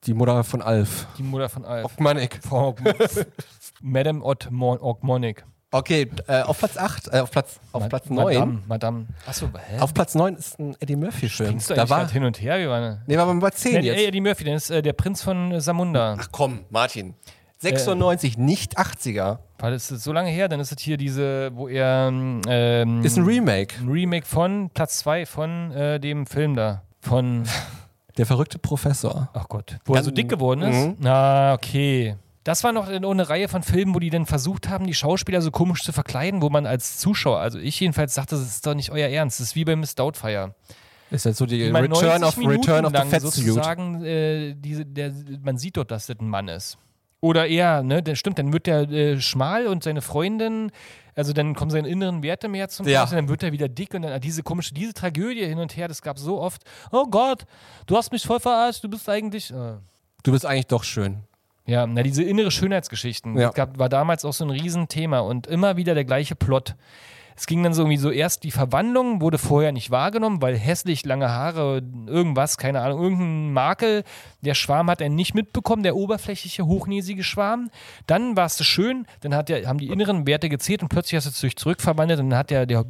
S2: Die Mutter von Alf.
S1: die Mutter von Alf.
S2: [LAUGHS] Ockmanek.
S1: Frau Ogm- Madame Ottmon- Ogmonic.
S2: Okay, äh, auf Platz 8, äh, auf Platz, auf
S1: Ma-
S2: Platz 9.
S1: Madame, Madame. Achso, hä?
S2: Auf Platz 9 ist ein Eddie Murphy-Film.
S1: Springst du
S2: Da
S1: eigentlich
S2: war.
S1: grad hin und her? Wir waren
S2: halt Nee, waren wir bei 10
S1: nee,
S2: jetzt.
S1: Eddie Murphy, das ist äh, der Prinz von äh, Samunda.
S2: Ach komm, Martin. 96, nicht 80er.
S1: War das jetzt so lange her? Dann ist es hier diese, wo er ähm,
S2: Ist ein Remake.
S1: ein Remake von Platz 2 von äh, dem Film da.
S2: [LAUGHS]
S1: Von,
S2: Der verrückte Professor.
S1: ach Gott, wo er so dick geworden
S2: Mhm.
S1: ist. Na, okay. Das war noch in- eine Reihe von Filmen, wo die dann versucht haben, die Schauspieler so komisch zu verkleiden, wo man als Zuschauer, also ich jedenfalls, dachte, das ist doch nicht euer Ernst. Das ist wie bei Miss Doubtfire.
S2: Ist jetzt so die
S1: Die man
S2: Return
S1: 90
S2: of, Return of the
S1: lang
S2: Fat Suit.
S1: sozusagen, äh, diese, der, man sieht dort, dass das ein Mann ist. Oder eher, ne, das stimmt, dann wird der äh, schmal und seine Freundin, also dann kommen seine inneren Werte mehr zum
S2: Ja.
S1: Vorschein, dann wird er wieder dick und dann äh, diese komische, diese Tragödie hin und her, das gab so oft. Oh Gott, du hast mich voll verarscht, du bist eigentlich. Äh.
S2: Du bist eigentlich doch schön.
S1: Ja, na, diese innere Schönheitsgeschichten.
S2: Ja.
S1: Das gab, war damals auch so ein Riesenthema und immer wieder der gleiche Plot. Es ging dann so irgendwie so erst die Verwandlung, wurde vorher nicht wahrgenommen, weil hässlich, lange Haare, irgendwas, keine Ahnung, irgendein Makel. Der Schwarm hat er nicht mitbekommen, der oberflächliche, hochnäsige Schwarm. Dann warst du schön, dann hat der, haben die inneren Werte gezählt und plötzlich hast du dich zurückverwandelt und dann hat der, der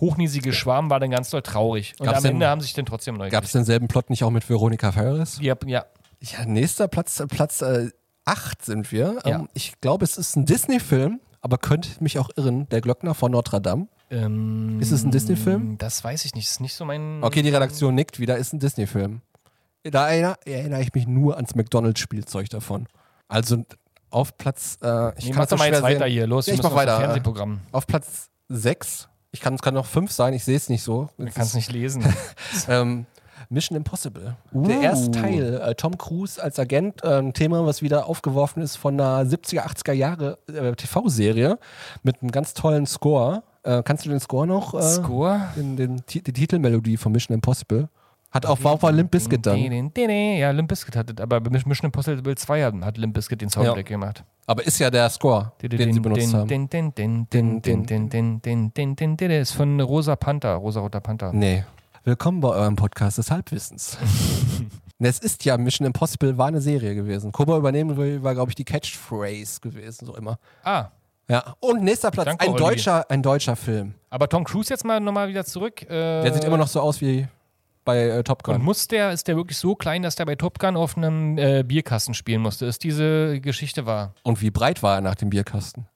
S1: hochnäsige Schwarm war dann ganz doll traurig. Und
S2: Gab's
S1: am Ende
S2: denn-
S1: haben sich dann trotzdem neu
S2: Gab es denselben Plot nicht auch mit Veronika Ferris?
S1: Ja, ja.
S2: Ja, nächster Platz, Platz äh, 8 sind wir.
S1: Ja.
S2: Ähm, ich glaube, es ist ein Disney-Film, aber könnte mich auch irren. Der Glöckner von Notre Dame.
S1: Ähm,
S2: Ist es ein Disney-Film? Oh,
S1: Das weiß ich nicht. Ist nicht so mein.
S2: Okay, die Redaktion nickt wieder, ist ein Disney-Film. Da erinnere, erinnere ich mich nur ans McDonalds-Spielzeug davon. Also auf Platz. Äh, ich
S1: Nee,
S2: kann
S1: mach
S2: es
S1: doch
S2: so
S1: mal
S2: schwer
S1: jetzt
S2: sehen.
S1: weiter hier. Los,
S2: Ja,
S1: wir
S2: ich
S1: müssen
S2: mach
S1: auf das
S2: weiter.
S1: Fernsehprogramm.
S2: Auf Platz 6. Ich kann es kann noch 5 sein, ich sehe es nicht so.
S1: Du kannst nicht lesen.
S2: [LAUGHS] Ähm, Mission Impossible. Der
S1: Uh.
S2: erste Teil, äh, Tom Cruise als Agent, äh, ein Thema, was wieder aufgeworfen ist von einer 70er, 80er Jahre äh, TV-Serie mit einem ganz tollen Score. Äh, kannst du den Score noch? Äh,
S1: Score?
S2: Den, den, Ti- die Titelmelodie von Mission Impossible. Hat auch, war auch bei Limp Bizkit dann.
S1: Ja, Limp Bizkit hat das, aber bei Mission Impossible 2 hat hat Limp Bizkit den Soundtrack gemacht.
S2: Aber ist ja der Score, den, sie benutzt haben.
S1: den, den, den, den, den, den, den, den, den, den, den, ist von Rosa Panther, Rosa Roter Panther.
S2: Nee. Willkommen bei eurem Podcast
S1: [LAUGHS]
S2: des Halbwissens. Und Es ist ja Mission Impossible war eine Serie gewesen. Kuba übernehmen will, war, glaube ich, die Catchphrase gewesen, so immer.
S1: Ah,
S2: Ja. Und nächster Platz,
S1: Danke,
S2: ein
S1: Olivier.
S2: deutscher, ein deutscher Film.
S1: aber Tom Cruise jetzt mal nochmal wieder zurück.
S2: Der sieht immer noch so aus wie bei äh, Top
S1: Äh. Und
S2: Gun.
S1: muss der, ist der wirklich so klein, dass der bei Top Gun auf einem äh, Bierkasten spielen musste? Ist diese Geschichte wahr?
S2: Und wie breit war er nach dem Bierkasten?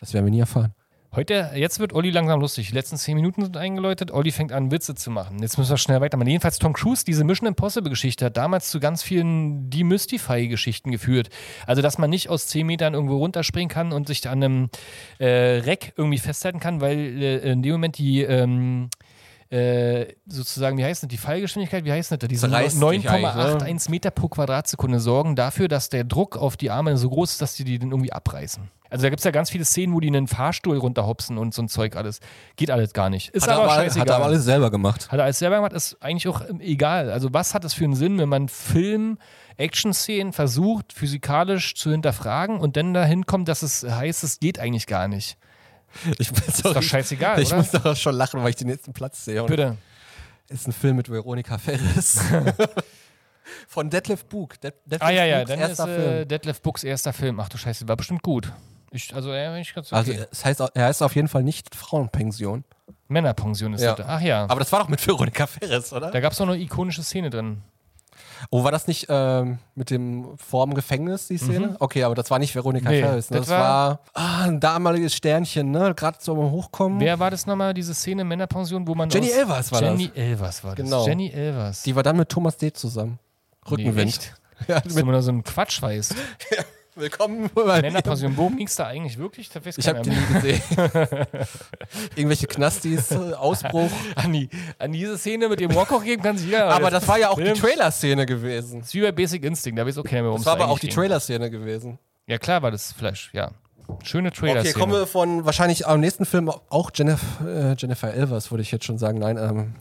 S2: Das werden wir nie erfahren.
S1: Heute, jetzt wird Olli langsam lustig. Die letzten zehn Minuten sind eingeläutet. Olli fängt an, Witze zu machen. Jetzt müssen wir schnell weitermachen. Jedenfalls Tom Cruise, diese Mission Impossible-Geschichte hat damals zu ganz vielen Demystify-Geschichten geführt. Also, dass man nicht aus zehn Metern irgendwo runterspringen kann und sich an einem äh, Reck irgendwie festhalten kann, weil äh, in dem Moment die ähm, äh, sozusagen, wie heißt das, die Fallgeschwindigkeit, wie heißt das, diese
S2: Zerreißt dich
S1: 9,81 Meter pro Quadratsekunde sorgen dafür, dass der Druck auf die Arme so groß ist, dass die die dann irgendwie abreißen. Also da gibt es ja ganz viele Szenen, wo die in einen Fahrstuhl runterhopsen und so ein Zeug alles. Geht alles gar nicht. Ist aber,
S2: aber-
S1: scheißegal.
S2: hat er aber alles selber gemacht.
S1: Hat er alles selber gemacht, ist eigentlich auch ähm, egal. Also, was hat es für einen Sinn, wenn man Film, Action-Szenen versucht, physikalisch zu hinterfragen und dann dahin kommt, dass es heißt, es geht eigentlich gar nicht?
S2: Ich, ist
S1: doch scheißegal,
S2: Ich
S1: oder?
S2: muss doch schon lachen, weil ich den nächsten Platz sehe. Und
S1: Bitte.
S2: Ist ein Film mit
S1: [LAUGHS]
S2: Veronika Ferris. Von Detlef Bug. Det Detlef
S1: Ah, ja, ja,
S2: Bugs
S1: dann ist
S2: erster
S1: äh,
S2: Film.
S1: Detlef Books erster Film. Ach du Scheiße, war bestimmt gut. Ich, also, ja, ich ganz okay.
S2: Also, es heißt, au- er heißt auf jeden Fall nicht Frauenpension.
S1: Männerpension ist
S2: Ja.
S1: das. Ach ja.
S2: Aber das war doch mit Veronika Ferris, oder?
S1: Ah. da gab es auch eine ikonische Szene drin.
S2: Oh, war das nicht ähm, mit dem vorm Gefängnis, die Szene? Okay, aber das war nicht Veronika
S1: Mhm. Nee,
S2: Ferris. Ne?
S1: das
S2: Das war ah, ein damaliges Sternchen, ne? Gerade so am Hochkommen.
S1: Wer war das nochmal, diese Szene Männerpension, wo man.
S2: Jenny
S1: aus-
S2: Elvers war
S1: Jenny Elvers war das.
S2: Genau.
S1: Jenny Elvers.
S2: Die war dann mit Thomas D. zusammen. Rückenwind. [LAUGHS]
S1: echt? Dass du immer nur so einen Quatsch weißt.
S2: Willkommen bei
S1: Männerpension, worum ging es da eigentlich wirklich? Da weiß
S2: Ich
S1: keiner
S2: habe die
S1: mehr.
S2: nie gesehen. [LAUGHS] Irgendwelche Knastis, äh,
S1: [LAUGHS]
S2: Ausbruch.
S1: an, die, an diese Szene mit dem Rockoch geben kann sich jeder.
S2: Aber das war ja auch die
S1: Film.
S2: Trailer-Szene gewesen.
S1: Das ist wie bei Basic Instinct, da weiß auch keiner mehr, worum
S2: Das
S1: es
S2: war aber
S1: eigentlich
S2: auch die
S1: ging.
S2: Trailer-Szene gewesen.
S1: Ja, klar war das Flash, ja. Schöne trailer
S2: Okay, kommen wir von wahrscheinlich am nächsten Film auch Jennifer, äh, Jennifer Elvers, würde ich jetzt schon sagen. Nein, ähm,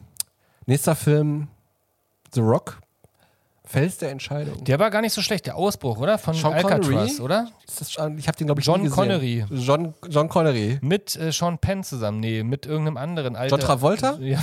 S2: nächster Film The Rock. Fels der Entscheidung.
S1: Der war gar nicht so schlecht, der Ausbruch, oder? Von
S2: Sean
S1: Alcatraz,
S2: Connery?
S1: oder?
S2: Ist das schon- ich habe den glaube ich
S1: John
S2: nie gesehen.
S1: Connery.
S2: John, John Connery.
S1: Mit äh, Sean Penn zusammen, nee, mit irgendeinem anderen. Alter.
S2: John Travolta?
S1: [LAUGHS] Ja.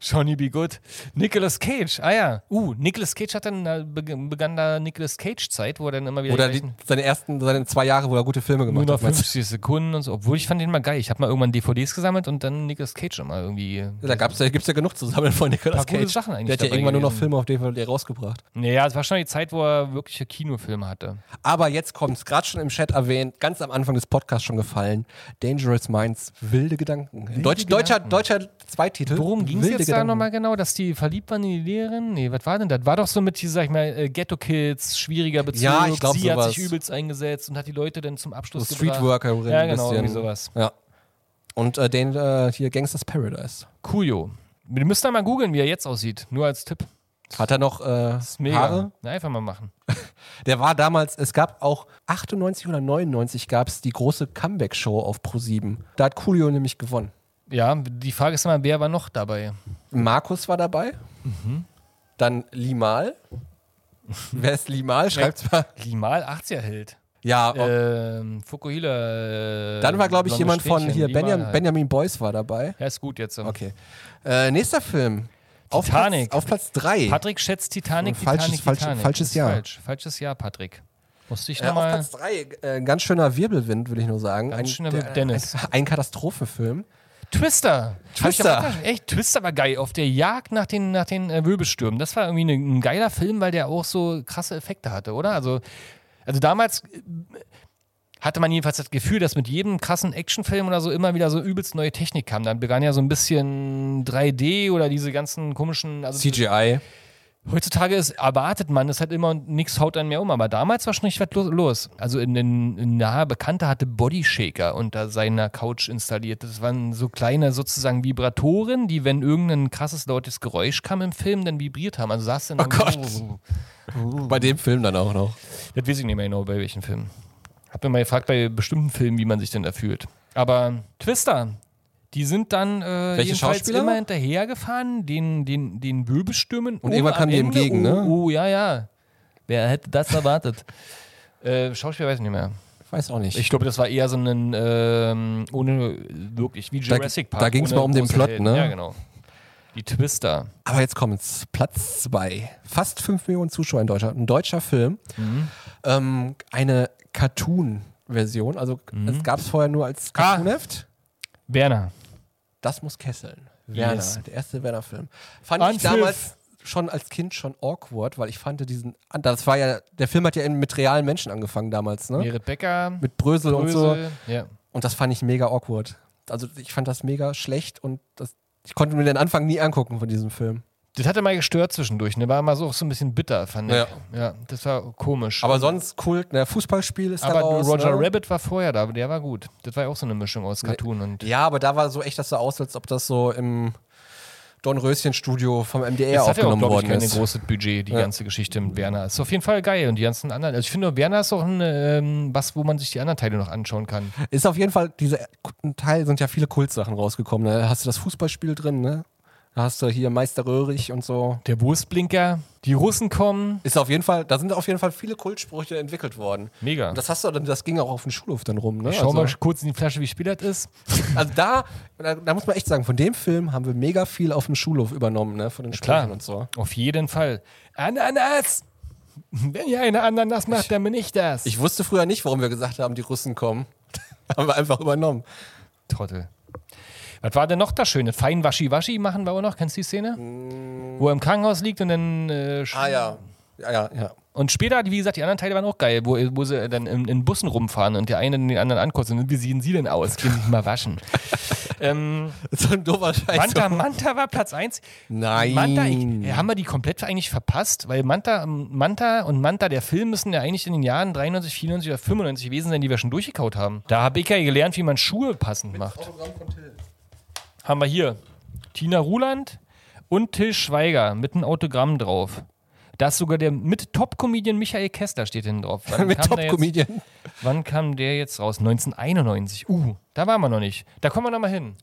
S1: Johnny B. Good. Nicolas Cage, ah ja. Uh, Nicolas Cage hat dann, äh, beg- begann da Nicolas Cage-Zeit, wo er dann immer wieder.
S2: Oder
S1: die
S2: die,
S1: gleichen-
S2: seine ersten, seine zwei Jahre, wo er gute Filme
S1: nur
S2: gemacht
S1: noch
S2: hat. meinst
S1: 50 Sekunden und so. Obwohl ich fand den mal geil. Ich habe mal irgendwann DVDs gesammelt und dann Nicolas Cage immer irgendwie.
S2: du? Da, gab's, da gibt es ja genug zu sammeln von Nicolas
S1: Paar gute
S2: Cage.
S1: Sachen eigentlich
S2: der hat ja
S1: dabei
S2: irgendwann nur noch
S1: gewesen.
S2: Filme auf DVD rausgebracht.
S1: Naja, es war schon die Zeit, wo er wirkliche Kinofilme hatte.
S2: Aber jetzt kommt's, gerade schon im Chat erwähnt, ganz am Anfang des Podcasts schon gefallen. Dangerous Minds, wilde Gedanken. Deutsch, Deutscher, deutscher Zweititel.
S1: Worum ging es
S2: Wilde
S1: jetzt da
S2: Gedanken.
S1: nochmal genau, dass die verliebt waren in die Lehrerin? Nee, was war denn das? War doch so mit, die, sag ich mal, äh, Ghetto-Kids, schwieriger Bezug.
S2: Ja, ich glaub,
S1: Sie hat
S2: sowas.
S1: sich übelst eingesetzt und hat die Leute dann zum Abschluss
S2: So
S1: gebracht. Ja,
S2: Streetworkerin Also ein
S1: genau,
S2: bisschen.
S1: irgendwie sowas.
S2: Ja. Und äh, den äh, hier Gangsters Paradise.
S1: Kuyo. Wir müssen da mal googeln, wie er jetzt aussieht. Nur als Tipp.
S2: Hat er noch äh,
S1: Ist mega.
S2: Haare?
S1: Na, einfach mal machen.
S2: Der war damals, es gab auch 98 oder 99 gab es die große Comeback-Show auf Pro7. Da hat Coolio nämlich gewonnen.
S1: Ja, die Frage ist immer, wer war noch dabei?
S2: Markus war dabei.
S1: Mhm. [LAUGHS]
S2: Dann Limal. Wer ist Limal? Schreibt's mal.
S1: Limal 80er-Held.
S2: Ja,
S1: Ähm, Fukuhila. äh,
S2: Oh. dann war, glaube ich,
S1: blonde
S2: jemand von
S1: Stäbchen,
S2: hier,
S1: die waren
S2: Benjam
S1: halt-
S2: Benjamin Boyce war dabei.
S1: Ja, ist gut jetzt. ähm.
S2: Okay. Äh, nächster Film. Auf
S1: Titanic.
S2: Platz, auf Platz 3.
S1: Patrick schätzt Titanic,
S2: Falsches-
S1: Titanic,
S2: falsch-
S1: Titanic.
S2: falsches
S1: Ist
S2: Jahr.
S1: Falsch. Falsches Jahr, Patrick. Musste ich
S2: Äh, auf
S1: nochmal.
S2: Platz 3. Äh, ein ganz schöner Wirbelwind, würde ich nur sagen.
S1: Ganz
S2: ein,
S1: schöner
S2: der-
S1: Wirbel- Dennis.
S2: [LAUGHS] Ein, ein Katastrophenfilm.
S1: Twister. Hab ich
S2: Twister.
S1: am Anfang- Echt, Twister war geil. Auf der Jagd nach den, nach den äh, Wirbelstürmen. Das war irgendwie ne, ein geiler Film, weil der auch so krasse Effekte hatte, oder? Also, also damals äh, hatte man jedenfalls das Gefühl, dass mit jedem krassen Actionfilm oder so immer wieder so übelst neue Technik kam. Dann begann ja so ein bisschen 3D oder diese ganzen komischen. Also
S2: CGI.
S1: Heutzutage ist, erwartet man es halt immer und nichts haut einen mehr um. Aber damals war schon nicht was lo- los. Also in den ein naher Bekannter hatte Bodyshaker unter seiner Couch installiert. Das waren so kleine sozusagen Vibratoren, die, wenn irgendein krasses lautes Geräusch kam im Film, dann vibriert haben. Also saß dann. Oh
S2: Gott.
S1: Oh,
S2: Bei dem Film dann auch noch.
S1: das weiß ich nicht mehr genau, bei welchen Filmen. Hab mir mal gefragt, bei bestimmten Filmen, wie man sich denn da fühlt. Aber Twister, die sind dann äh,
S2: Welche
S1: jedenfalls
S2: Schauspieler?
S1: immer hinterhergefahren, den, den, den Wirbelstürmen. Und
S2: irgendwann kamen die ihm gegen, ne?
S1: Oh, oh, ja, ja. Wer hätte das erwartet? [LAUGHS] äh, Schauspieler weiß ich nicht mehr.
S2: Ich weiß auch nicht.
S1: Ich glaube, das war eher so ein ähm, ohne wirklich wie
S2: Da-
S1: Jurassic Park.
S2: da ging's
S1: ohne
S2: mal um den
S1: große
S2: Plot, ne?
S1: Ja, genau. Die Twister.
S2: Aber jetzt kommt's. Platz 2. Fast 5 Millionen Zuschauer in Deutschland. Ein deutscher Film.
S1: Mhm.
S2: Ähm, eine Cartoon-Version. Also
S1: Mhm.
S2: es gab es vorher nur
S1: Ah.
S2: als Cartoonheft.
S1: Werner.
S2: Das muss kesseln. Werner,
S1: Yes.
S2: der erste Werner-Film. Fand
S1: Anpfiff.
S2: ich damals schon als Kind schon awkward, weil ich fand diesen, das war ja, der Film hat ja mit realen Menschen angefangen damals, ne?
S1: Merit Becker.
S2: Mit Brösel, und so.
S1: Brösel. Ja.
S2: Und das fand ich mega awkward. Also ich fand das mega schlecht und das, ich konnte mir den Anfang nie angucken von diesem Film.
S1: Das hatte mal gestört zwischendurch, ne? War mal so, auch so ein bisschen bitter, fand ich.
S2: Ja.
S1: Ja, das war komisch.
S2: Aber sonst Kult, ne? Fußballspiel ist
S1: Aber
S2: daraus,
S1: Roger
S2: ne?
S1: Rabbit war vorher da, aber der war gut. Das war ja auch so eine Mischung aus Cartoon und.
S2: Ja, aber da war so echt, dass so aus, als ob das so im Dornröschen-Studio vom MDR
S1: Das hat ja auch,
S2: aufgenommen
S1: glaube ich,
S2: worden
S1: kein
S2: ist.
S1: großes Budget, die ganze Geschichte mit Werner. Ist auf jeden Fall geil. Und die ganzen anderen. Also ich finde, Werner ist auch ein, ähm, was, wo man sich die anderen Teile noch anschauen kann.
S2: Ist auf jeden Fall, diese guten Teil sind ja viele Kultsachen rausgekommen. Da hast du das Fußballspiel drin, ne? Da hast du hier Meister Röhrig und so.
S1: Der Wurstblinker, die Russen kommen.
S2: Ist auf jeden Fall, da sind auf jeden Fall viele Kultsprüche entwickelt worden.
S1: Mega.
S2: Und das hast du dann, das ging auch auf dem Schulhof dann rum, ne?
S1: Ich schau mal
S2: also,
S1: kurz in die Flasche, wie spät das ist.
S2: also da, da, da muss man echt sagen, von dem Film haben wir mega viel auf dem Schulhof übernommen, ne? Von den Sprüchen
S1: Klar,
S2: und so.
S1: auf jeden Fall. Ananas! Wenn ihr eine Ananas macht, dann bin ich das.
S2: Ich wusste früher nicht, warum wir gesagt haben, die Russen kommen. [LAUGHS] haben wir einfach übernommen.
S1: Trottel. Was war denn noch das Schöne? Fein Waschi-Waschi machen wir auch noch. Kennst du die Szene? Wo er im Krankenhaus liegt und dann. Äh, sch-
S2: Mm. Ah ja. Ja, ja, ja.
S1: Und später, wie gesagt, die anderen Teile waren auch geil, wo, wo sie dann in, in Bussen rumfahren und der eine den anderen anguckt und wie sehen sie denn aus? Gehen sie sich mal
S2: [LAUGHS]
S1: waschen. ähm,
S2: So ein doofer Scheiß. [LAUGHS]
S1: Manta, Manta war Platz 1.
S2: Also Nein.
S1: Manta, ich, äh, haben wir die komplett eigentlich verpasst? Weil Manta, ähm, Manta und Manta, der Film, müssen ja eigentlich in den Jahren 93, 94 oder 95 gewesen sein, die wir schon durchgekaut haben. Da habe ich ja gelernt, wie man Schuhe passend macht. Haben wir hier Tina Ruland und Till Schweiger mit einem Autogramm drauf. Da ist sogar der mit Top-Comedian Michael Kessler steht hinten drauf. Wann
S2: [LAUGHS] Mit
S1: kam der jetzt-
S2: Top-Comedian.
S1: Wann kam der jetzt raus? 1991. Uh, da waren wir noch nicht. Da kommen wir noch mal hin.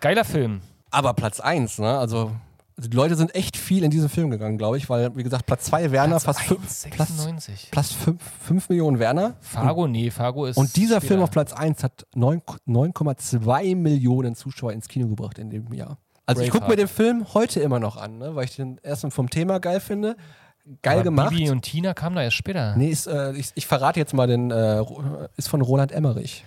S1: Geiler Film.
S2: Aber Platz 1, ne? Also, also die Leute sind echt viel in diesen Film gegangen, glaube ich, weil, wie gesagt, Platz 2 Werner,
S1: Platz
S2: fast
S1: 1,
S2: 5 Platz,
S1: 96.
S2: Platz fünf, fünf Millionen Werner.
S1: Fargo, nee, Fargo ist.
S2: Und dieser
S1: später.
S2: Film auf Platz 1 hat neun- 9,2 Millionen Zuschauer ins Kino gebracht in dem Jahr. Also ich gucke mir
S1: Braveheart.
S2: den Film heute immer noch an, ne? weil ich den erstmal vom Thema geil finde. Geil
S1: Aber
S2: gemacht.
S1: Bibi und Tina kamen da erst später.
S2: Nee, ist, äh, ich, ich verrate jetzt mal den, äh, Ro- ist von Roland Emmerich.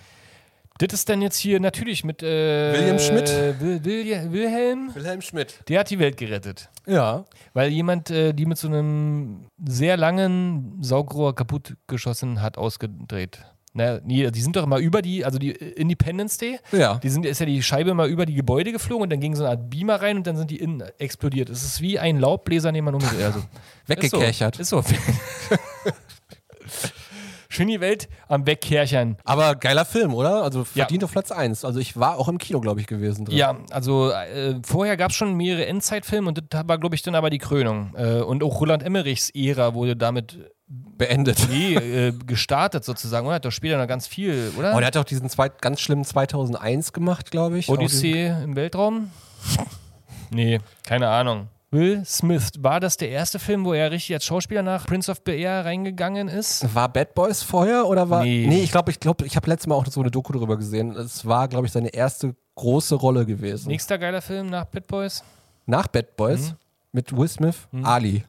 S1: Das ist dann jetzt hier natürlich mit. Äh,
S2: William Schmidt?
S1: Wil Wil Wilhelm.
S2: Wilhelm Schmidt.
S1: Der hat die Welt gerettet.
S2: Ja.
S1: Weil jemand äh, die mit so einem sehr langen Saugrohr kaputt geschossen hat, ausgedreht. Na, nee, die sind doch immer über die, also die Independence Day,
S2: Ja.
S1: die sind, ist ja die Scheibe immer über die Gebäude geflogen und dann ging so eine Art Beamer rein und dann sind die innen explodiert. Es ist wie ein Laubbläser, den man um also,
S2: [LAUGHS] Weggekerchert.
S1: Ist so. Ist so. [LAUGHS] Schön die Welt am Wegkerchern.
S2: Aber geiler Film, oder? Also
S1: Ja.
S2: verdient auf Platz 1. Also ich war auch im Kino, glaube ich, gewesen drin.
S1: Ja, also äh, vorher gab es schon mehrere Endzeitfilme und das war, glaube ich, dann aber die Krönung. Äh, und auch Roland Emmerichs Ära wurde damit
S2: Beendet. [LAUGHS]
S1: nee, äh, gestartet sozusagen. Oder hat doch später noch ganz viel, oder?
S2: Oh, der hat auch diesen zweit, ganz schlimmen 2001 gemacht, glaube ich.
S1: Odyssee im Weltraum? Nee, keine Ahnung.
S2: Auch
S1: Will Smith, war das der erste Film, wo er richtig als Schauspieler nach Prince of Bel Air reingegangen ist?
S2: War Bad Boys vorher oder war.
S1: Nee.
S2: ich glaube, ich glaube, ich habe letztes Mal auch so eine Doku darüber gesehen. Es war, glaube ich, seine erste große Rolle gewesen.
S1: Nächster geiler Film nach Bad Boys?
S2: Nach Bad Boys
S1: Mhm.
S2: mit Will Smith, Ali.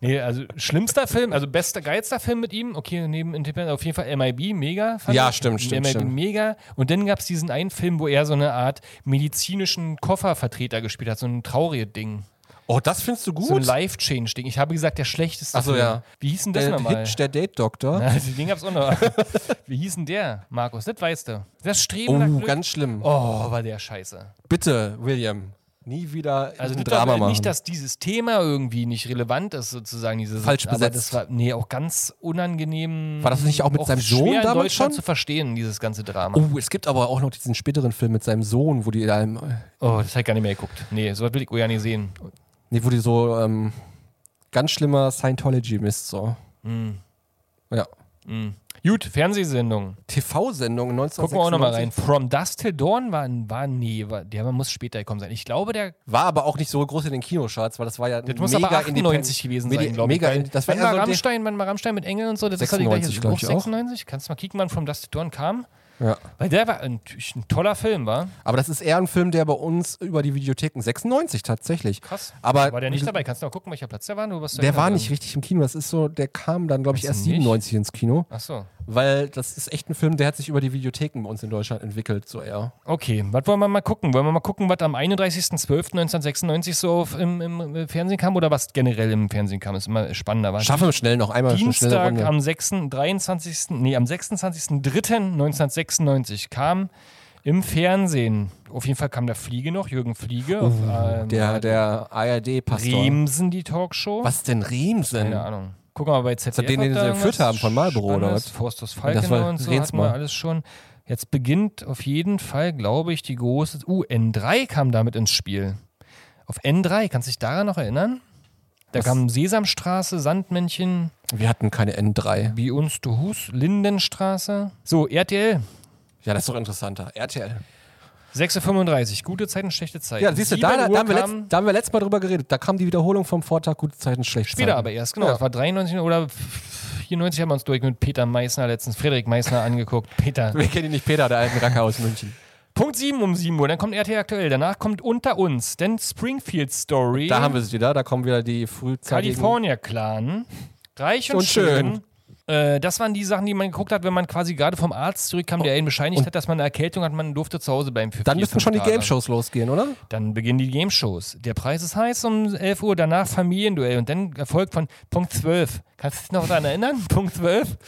S1: Nee, also schlimmster Film, also bester, geilster Film mit ihm. Okay, neben Independence auf jeden Fall MIB, mega. fand
S2: Ja,
S1: ich.
S2: stimmt, stimmt,
S1: MIB
S2: stimmt.
S1: mega. Und dann gab es diesen einen Film, wo er so eine Art medizinischen Koffervertreter gespielt hat, so ein trauriges Ding.
S2: Oh, das findest du gut?
S1: So ein Life-Change-Ding. Ich habe gesagt, der schlechteste
S2: Ach so, ja.
S1: Wie hieß denn das
S2: der
S1: nochmal? [LAUGHS]
S2: Äh, Hitch, der Date-Doktor.
S1: Also, den gab's auch noch. [LAUGHS] Wie hieß denn der, Markus? Das weißt du. Das Streben nach
S2: Oh,
S1: Glück.
S2: ganz schlimm.
S1: oh, war der scheiße.
S2: Bitte, William, nie wieder
S1: Also
S2: ein
S1: nicht,
S2: Drama
S1: dass,
S2: machen.
S1: nicht, dass dieses Thema irgendwie nicht relevant ist, sozusagen. Dieses,
S2: Falsch
S1: aber
S2: besetzt.
S1: Das war, nee, auch ganz unangenehm.
S2: War das nicht auch mit seinem Sohn
S1: schwer in
S2: damals
S1: Deutschland
S2: schon?
S1: zu verstehen, dieses ganze Drama.
S2: oh, es gibt aber auch noch diesen späteren Film mit seinem Sohn, wo die ähm, da im,
S1: Oh, das hat ich gar nicht mehr geguckt. Nee, sowas will ich oh ja nicht sehen.
S2: nee, wo die so ähm, ganz schlimmer Scientology-Mist so.
S1: Hm.
S2: Ja.
S1: Gut, Fernsehsendung.
S2: TV-Sendung
S1: Gucken wir auch nochmal rein.
S2: 1996.
S1: From Dust Till Dawn war, war nee, war, der muss später gekommen sein. Ich glaube, der
S2: War aber auch nicht so groß in den Kinocharts, weil das war ja
S1: Das muss
S2: mega
S1: aber 98
S2: independent-
S1: gewesen
S2: medi-
S1: sein, glaube ich.
S2: mega
S1: weil
S2: in- Das war
S1: wann war
S2: eher so
S1: Rammstein, wann war Rammstein mit Engeln und so? Das ist
S2: 96,
S1: ja die
S2: glaub
S1: gleiche
S2: ich,
S1: auch
S2: auch.
S1: 96. Kannst du mal kicken, wann From Dust to Dawn kam?
S2: der, ja.
S1: Weil der war natürlich ein toller Film, war?
S2: Aber das ist eher ein Film, der bei uns über die Videotheken 96 tatsächlich.
S1: Krass.
S2: Aber
S1: war der nicht dabei? Kannst du mal gucken, welcher Platz der war? Du warst
S2: Der
S1: ja
S2: war
S1: drin.
S2: nicht richtig im Kino. Das ist so, der kam dann, glaube ich,
S1: Weißt du
S2: erst
S1: nicht?
S2: 97 ins Kino.
S1: Ach so.
S2: Weil das ist echt ein Film, der hat sich über die Videotheken bei uns in Deutschland entwickelt, so eher.
S1: Okay, was wollen wir mal gucken? Wollen wir mal gucken, was am 31.12.1996 so auf, im, im Fernsehen kam oder was generell im Fernsehen kam? Ist immer spannender. Was?
S2: Schaffen wir schnell noch einmal eine schnelle
S1: Dienstag
S2: Runde.
S1: am 6. 23. Nee, am 26.03.1996 kam im Fernsehen, auf jeden Fall kam der Fliege noch, Jürgen Fliege, auf, ähm,
S2: Uh, Der, der ARD-Pastor.
S1: Remsen die Talkshow.
S2: Was denn Remsen?
S1: Keine Ahnung. Gucken wir mal bei ZDF.
S2: hat den,
S1: ob
S2: den
S1: da
S2: sie
S1: irgendwas
S2: geführt haben, von Marlboro, oder
S1: Spannendes.
S2: was?
S1: Faustus
S2: Das war
S1: Falkenau und so hatten
S2: Rensmar.
S1: wir alles schon. Jetzt beginnt auf jeden Fall, glaube ich, die große... Uh, N3 kam damit ins Spiel. Auf N3, kannst du dich daran noch erinnern? Da kamen Sesamstraße, Sandmännchen,
S2: Wir hatten keine N3.
S1: wie uns du Hus, Lindenstraße. So, RTL.
S2: Ja, das ist doch interessanter. RTL.
S1: Äh, 6.35 Uhr. Gute Zeiten, schlechte Zeiten.
S2: Ja, siehst du,
S1: 7
S2: da,
S1: Uhr
S2: da, haben wir
S1: kam-
S2: letzt, da haben wir letztes Mal drüber geredet. Da kam die Wiederholung vom Vortag, gute Zeiten, schlechte Zeiten.
S1: Später aber erst, genau.
S2: Ja.
S1: Das war 93 oder 94 haben wir uns durch mit Peter Meissner letztens, Frederik Meissner [LAUGHS] angeguckt. Peter.
S2: [LAUGHS] Wir kennen ihn nicht, Peter, der alten Racker aus München.
S1: Punkt 7 um 7 Uhr, dann kommt RTL aktuell, danach kommt unter uns, denn Springfield Story,
S2: Da haben wir sie wieder, da kommen wieder die frühzeitigen...
S1: California Clan, Reich und,
S2: Und
S1: schön.
S2: schön.
S1: Äh, das waren die Sachen, die man geguckt hat, wenn man quasi gerade vom Arzt zurückkam, der einen bescheinigt hat, dass man eine Erkältung hat, man durfte zu Hause bleiben. für
S2: Dann
S1: vier,
S2: müssten
S1: fünf
S2: schon die
S1: Tage.
S2: Game-Shows losgehen, oder?
S1: Dann beginnen die Game-Shows. Der Preis ist heiß um 11 Uhr, danach Familienduell und dann erfolgt von Punkt 12. Kannst du dich noch daran erinnern? [LAUGHS] Punkt 12?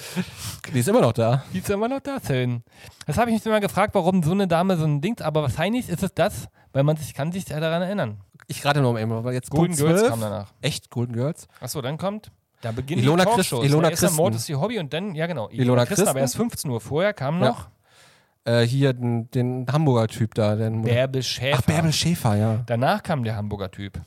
S2: Die ist immer noch da.
S1: Die ist immer noch da, Zellen. Das habe ich mich immer gefragt, warum so eine Dame so ein Ding, aber wahrscheinlich ist es das, weil man sich kann sich daran erinnern.
S2: Ich rate nur mal eben, aber jetzt
S1: Golden
S2: Punkt
S1: Girls
S2: 12.
S1: kam danach.
S2: Echt Golden Girls?
S1: Achso, dann kommt. Da beginnt die
S2: Ilona Christ-
S1: Talkshows.
S2: Ilona
S1: Na, erst am
S2: Christen.
S1: Mord ist ihr Hobby und dann, ja genau,
S2: Ilona
S1: Christen, aber
S2: Christen.
S1: erst 15 Uhr vorher kam
S2: Ja.
S1: noch
S2: Äh, hier den, den Hamburger Typ da. Den
S1: Bärbel Schäfer.
S2: Ach, Bärbel Schäfer, ja.
S1: Danach kam der Hamburger Typ,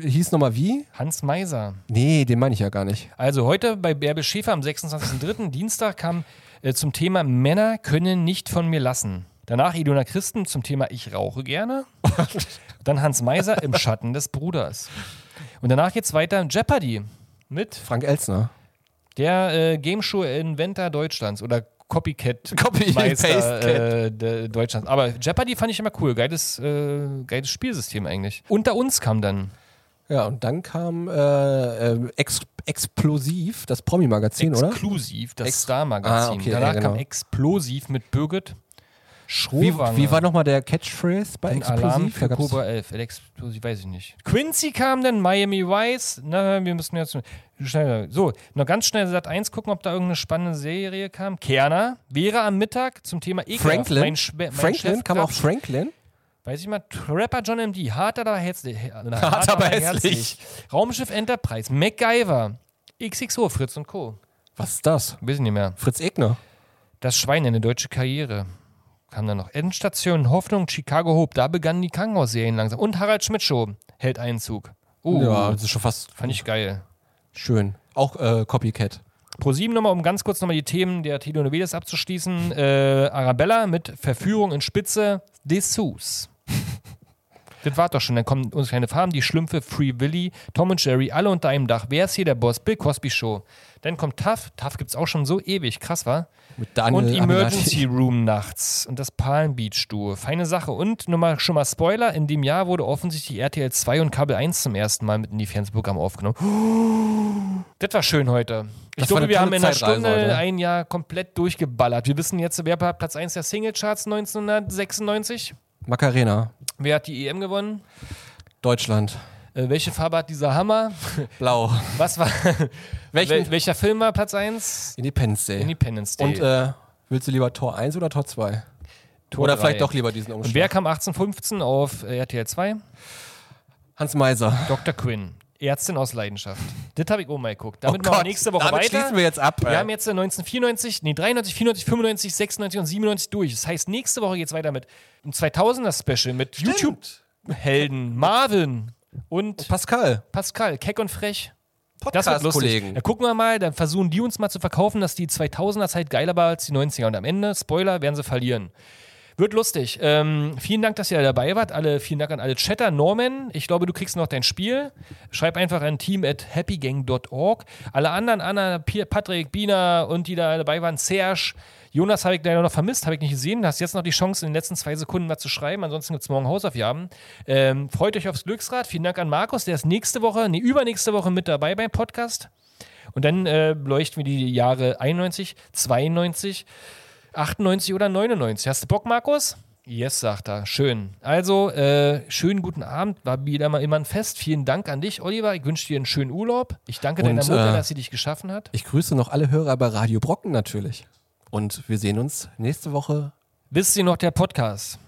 S2: Hieß nochmal wie?
S1: Hans Meiser.
S2: Nee, den meine ich ja gar nicht.
S1: Also heute bei Bärbel Schäfer am 26.03. Dienstag kam äh, zum Thema Männer können nicht von mir lassen. Danach Ilona Christen zum Thema Ich rauche gerne. Dann Hans Meiser im Schatten des Bruders. Und danach geht's weiter in Jeopardy mit
S2: Frank Elsner.
S1: der äh, Game Show Inventor Deutschlands oder Copycat
S2: Copy-
S1: Meister
S2: Paste-Cat.
S1: äh, de- Deutschlands. Aber Jeopardy fand ich immer cool. Geiles, äh, geiles Spielsystem eigentlich. Unter uns kam dann
S2: Ja, und dann kam äh, ähm, Ex Explosiv, das Promi-Magazin, oder?
S1: Exklusiv, das
S2: Ex-
S1: Star-Magazin.
S2: Ah, okay,
S1: Danach
S2: ja, genau.
S1: kam Explosiv mit Birgit
S2: Wie,
S1: Schrowanger.
S2: wie war nochmal der Catchphrase bei
S1: ein Alarm
S2: Explosiv? Da
S1: für
S2: gab's-
S1: Cobra 11? Explosiv, weiß ich nicht. Quincy kam dann, Miami Vice. Na, wir müssen jetzt schnell. So, noch ganz schnell Sat 1 gucken, ob da irgendeine spannende Serie kam. Kerner, Vera am Mittag zum Thema Ekelhaft.
S2: Franklin.
S1: Mein Schwe- mein
S2: Franklin,
S1: Chef
S2: kam auch
S1: grad-
S2: Franklin.
S1: Weiß ich mal, Rapper John M.D., hart aber hässlich. [LAUGHS] äh, na,
S2: Hart aber hässlich.
S1: Raumschiff Enterprise, MacGyver, XXO, Fritz und Co.
S2: Was ist das?
S1: Wissen nicht mehr.
S2: Fritz Egner.
S1: Das Schwein, eine deutsche Karriere. Kam dann noch Endstation, Hoffnung, Chicago Hope. Da begannen die Krankenhausserien langsam. Und Harald Schmidt Show hält Einzug. Oh,
S2: Ja, das ist schon fast
S1: fand ich geil.
S2: schön. Auch äh, Copycat.
S1: Pro 7 nochmal, um ganz kurz nochmal die Themen der Telenovelas abzuschließen. Äh, Arabella mit Verführung in Spitze Dessous. [LAUGHS] Das war doch schon. Dann kommen uns kleine Farben, die Schlümpfe, Free Willy, Tom und Jerry, alle unter einem Dach. Wer ist hier der Boss? Bill Cosby Show. Dann kommt Tough. Tough gibt's auch schon so ewig. Krass, war.
S2: Mit Daniel
S1: und Emergency
S2: Aminati.
S1: Room nachts und das Palm Beach Duo. Feine Sache. Und nochmal schon mal Spoiler: In dem Jahr wurde offensichtlich RTL 2 und Kabel 1 zum ersten Mal mit in die Fernsehprogramme aufgenommen. Das war schön heute. Ich
S2: Das war
S1: glaube,
S2: eine
S1: wir haben
S2: tolle
S1: in einer
S2: Zeitreise
S1: Stunde
S2: heute.
S1: ein Jahr komplett durchgeballert. Wir wissen jetzt, wer war Platz 1 der Singlecharts 1996?
S2: Macarena,
S1: Wer hat die EM gewonnen?
S2: Deutschland,
S1: Äh, welche Farbe hat dieser Hammer?
S2: blau.
S1: Was war.
S2: [LAUGHS] Welchen?
S1: Wel welcher Film war Platz 1?
S2: Independence Day.
S1: Independence Day.
S2: Und äh, willst du lieber Tor 1 oder Tor 2?
S1: Tor
S2: oder
S1: drei.
S2: vielleicht doch lieber diesen
S1: Und wer
S2: Umschlag.
S1: kam 1815 auf äh, RTL 2?
S2: Hans Meiser.
S1: Dr. Quinn. Ärztin aus Leidenschaft. Das habe ich oben mal geguckt. Damit
S2: Oh
S1: machen wir
S2: Gott,
S1: nächste Woche
S2: damit
S1: weiter.
S2: schließen wir jetzt ab.
S1: Wir haben jetzt äh, 1994, nee, 93, 94, 95, 96 und 97 durch. Das heißt, nächste Woche geht es weiter mit einem 2000er-Special mit YouTube-Helden Marvin und
S2: Pascal,
S1: Pascal, keck und frech. Das wird lustig.
S2: Podcast-Kollegen.
S1: Dann gucken wir mal, dann versuchen die uns mal zu verkaufen, dass die 2000er-Zeit geiler war als die 90er. Und am Ende, Spoiler, werden sie verlieren. Wird lustig. Ähm, vielen Dank, dass ihr dabei wart. Alle, vielen Dank an alle Chatter. Norman, ich glaube, du kriegst noch dein Spiel. Schreib einfach an team at happygang.org. Alle anderen, Anna, Pi- Patrick, Bina und die da dabei waren, Serge, Jonas habe ich leider noch vermisst, habe ich nicht gesehen. Hast jetzt noch die Chance, in den letzten zwei Sekunden was zu schreiben. Ansonsten gibt es morgen Hausaufgaben. Ähm, freut euch aufs Glücksrad. Vielen Dank an Markus, der ist nächste Woche, nee, übernächste Woche mit dabei beim Podcast. Und dann äh, beleuchten wir die Jahre 91, 92, 98 oder 99. Hast du Bock, Markus? Yes, sagt er. Schön. Also, äh, schönen guten Abend. War wieder mal immer ein Fest. Vielen Dank an dich, Oliver. Ich wünsche dir einen schönen Urlaub. Ich danke deiner
S2: Und,
S1: Mutter,
S2: äh,
S1: dass sie dich geschaffen hat.
S2: Ich grüße noch alle Hörer bei Radio Brocken natürlich. Und wir sehen uns nächste Woche
S1: Wisst ihr noch, der Podcast?